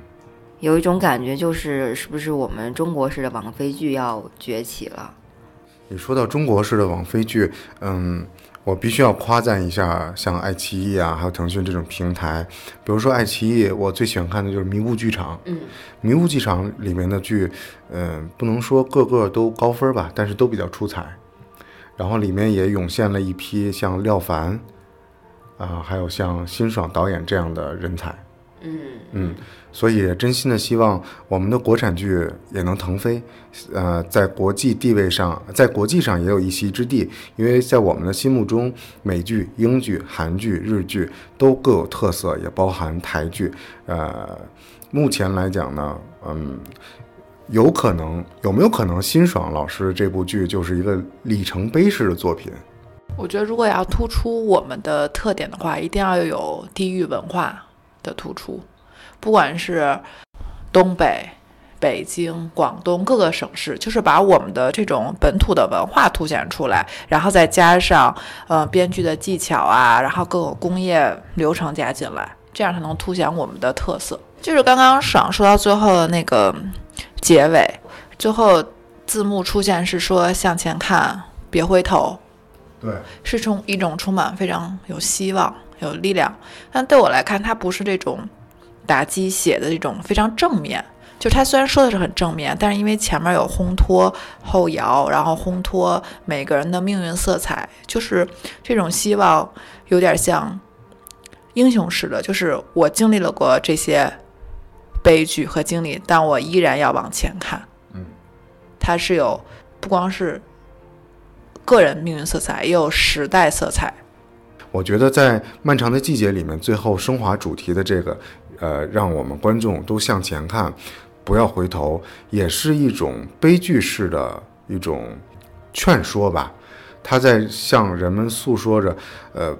Speaker 3: 有一种感觉就是，是不是我们中国式的王菲剧要崛起了？
Speaker 2: 你说到中国式的网飞剧，嗯，我必须要夸赞一下，像爱奇艺啊，还有腾讯这种平台。比如说爱奇艺，我最喜欢看的就是《迷雾剧场》。
Speaker 3: 嗯，
Speaker 2: 《迷雾剧场》里面的剧，嗯、不能说个个都高分吧，但是都比较出彩。然后里面也涌现了一批像廖凡，啊、还有像辛爽导演这样的人才。
Speaker 3: 嗯
Speaker 2: 嗯，所以真心的希望我们的国产剧也能腾飞，呃，在国际地位上，在国际上也有一席之地，因为在我们的心目中，美剧、英剧、韩剧、日剧都各有特色，也包含台剧。呃，目前来讲呢，嗯，有可能有没有可能辛爽老师这部剧就是一个里程碑式的作品？
Speaker 4: 我觉得如果要突出我们的特点的话，一定要有地域文化的突出，不管是东北、北京、广东各个省市，就是把我们的这种本土的文化凸显出来，然后再加上呃编剧的技巧啊，然后各种工业流程加进来，这样才能凸显我们的特色。就是刚刚爽说到最后的那个结尾，最后字幕出现是说向前看，别回头，
Speaker 2: 对，
Speaker 4: 是充一种充满非常有希望、有力量。但对我来看，它不是这种打鸡血的这种非常正面。就它虽然说的是很正面，但是因为前面有烘托后摇，然后烘托每个人的命运色彩，就是这种希望有点像英雄式的，就是我经历了过这些悲剧和经历，但我依然要往前看。
Speaker 2: 嗯，
Speaker 4: 它是有不光是个人命运色彩，也有时代色彩。
Speaker 2: 我觉得在《漫长的季节》里面，最后升华主题的这个，呃，让我们观众都向前看，不要回头，也是一种悲剧式的一种劝说吧。他在向人们诉说着，呃，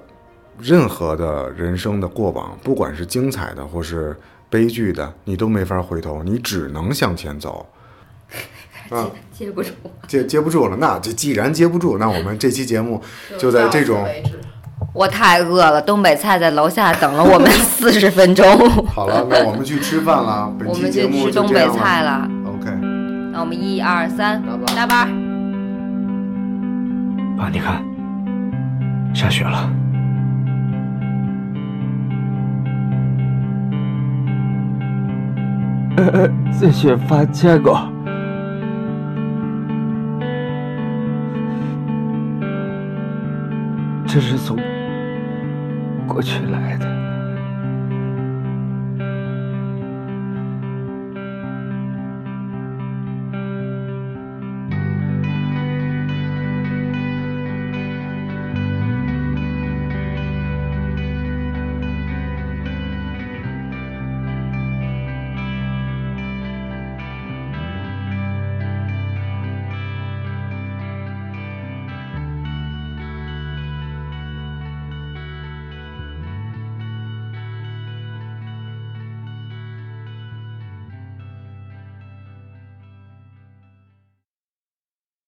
Speaker 2: 任何的人生的过往，不管是精彩的或是悲剧的，你都没法回头，你只能向前走。啊，
Speaker 3: 接不住。
Speaker 2: 接接不住了，那就既然接不住，那我们这期节目就在这种。
Speaker 3: 我太饿了，东北菜在楼下等了我 们四十分钟，
Speaker 2: 好了，那我们去吃饭 了。本
Speaker 3: 我
Speaker 2: 期
Speaker 3: 们
Speaker 2: 节
Speaker 3: 去
Speaker 2: 目
Speaker 3: 吃
Speaker 2: 就
Speaker 3: 东
Speaker 2: 这
Speaker 3: 北
Speaker 2: 样
Speaker 3: 菜
Speaker 2: 了。
Speaker 3: 了。
Speaker 2: OK。
Speaker 3: 那我们一二三，搭班儿。
Speaker 5: 爸，你看，下雪了。呃， 这雪发结果。这是从过去来的。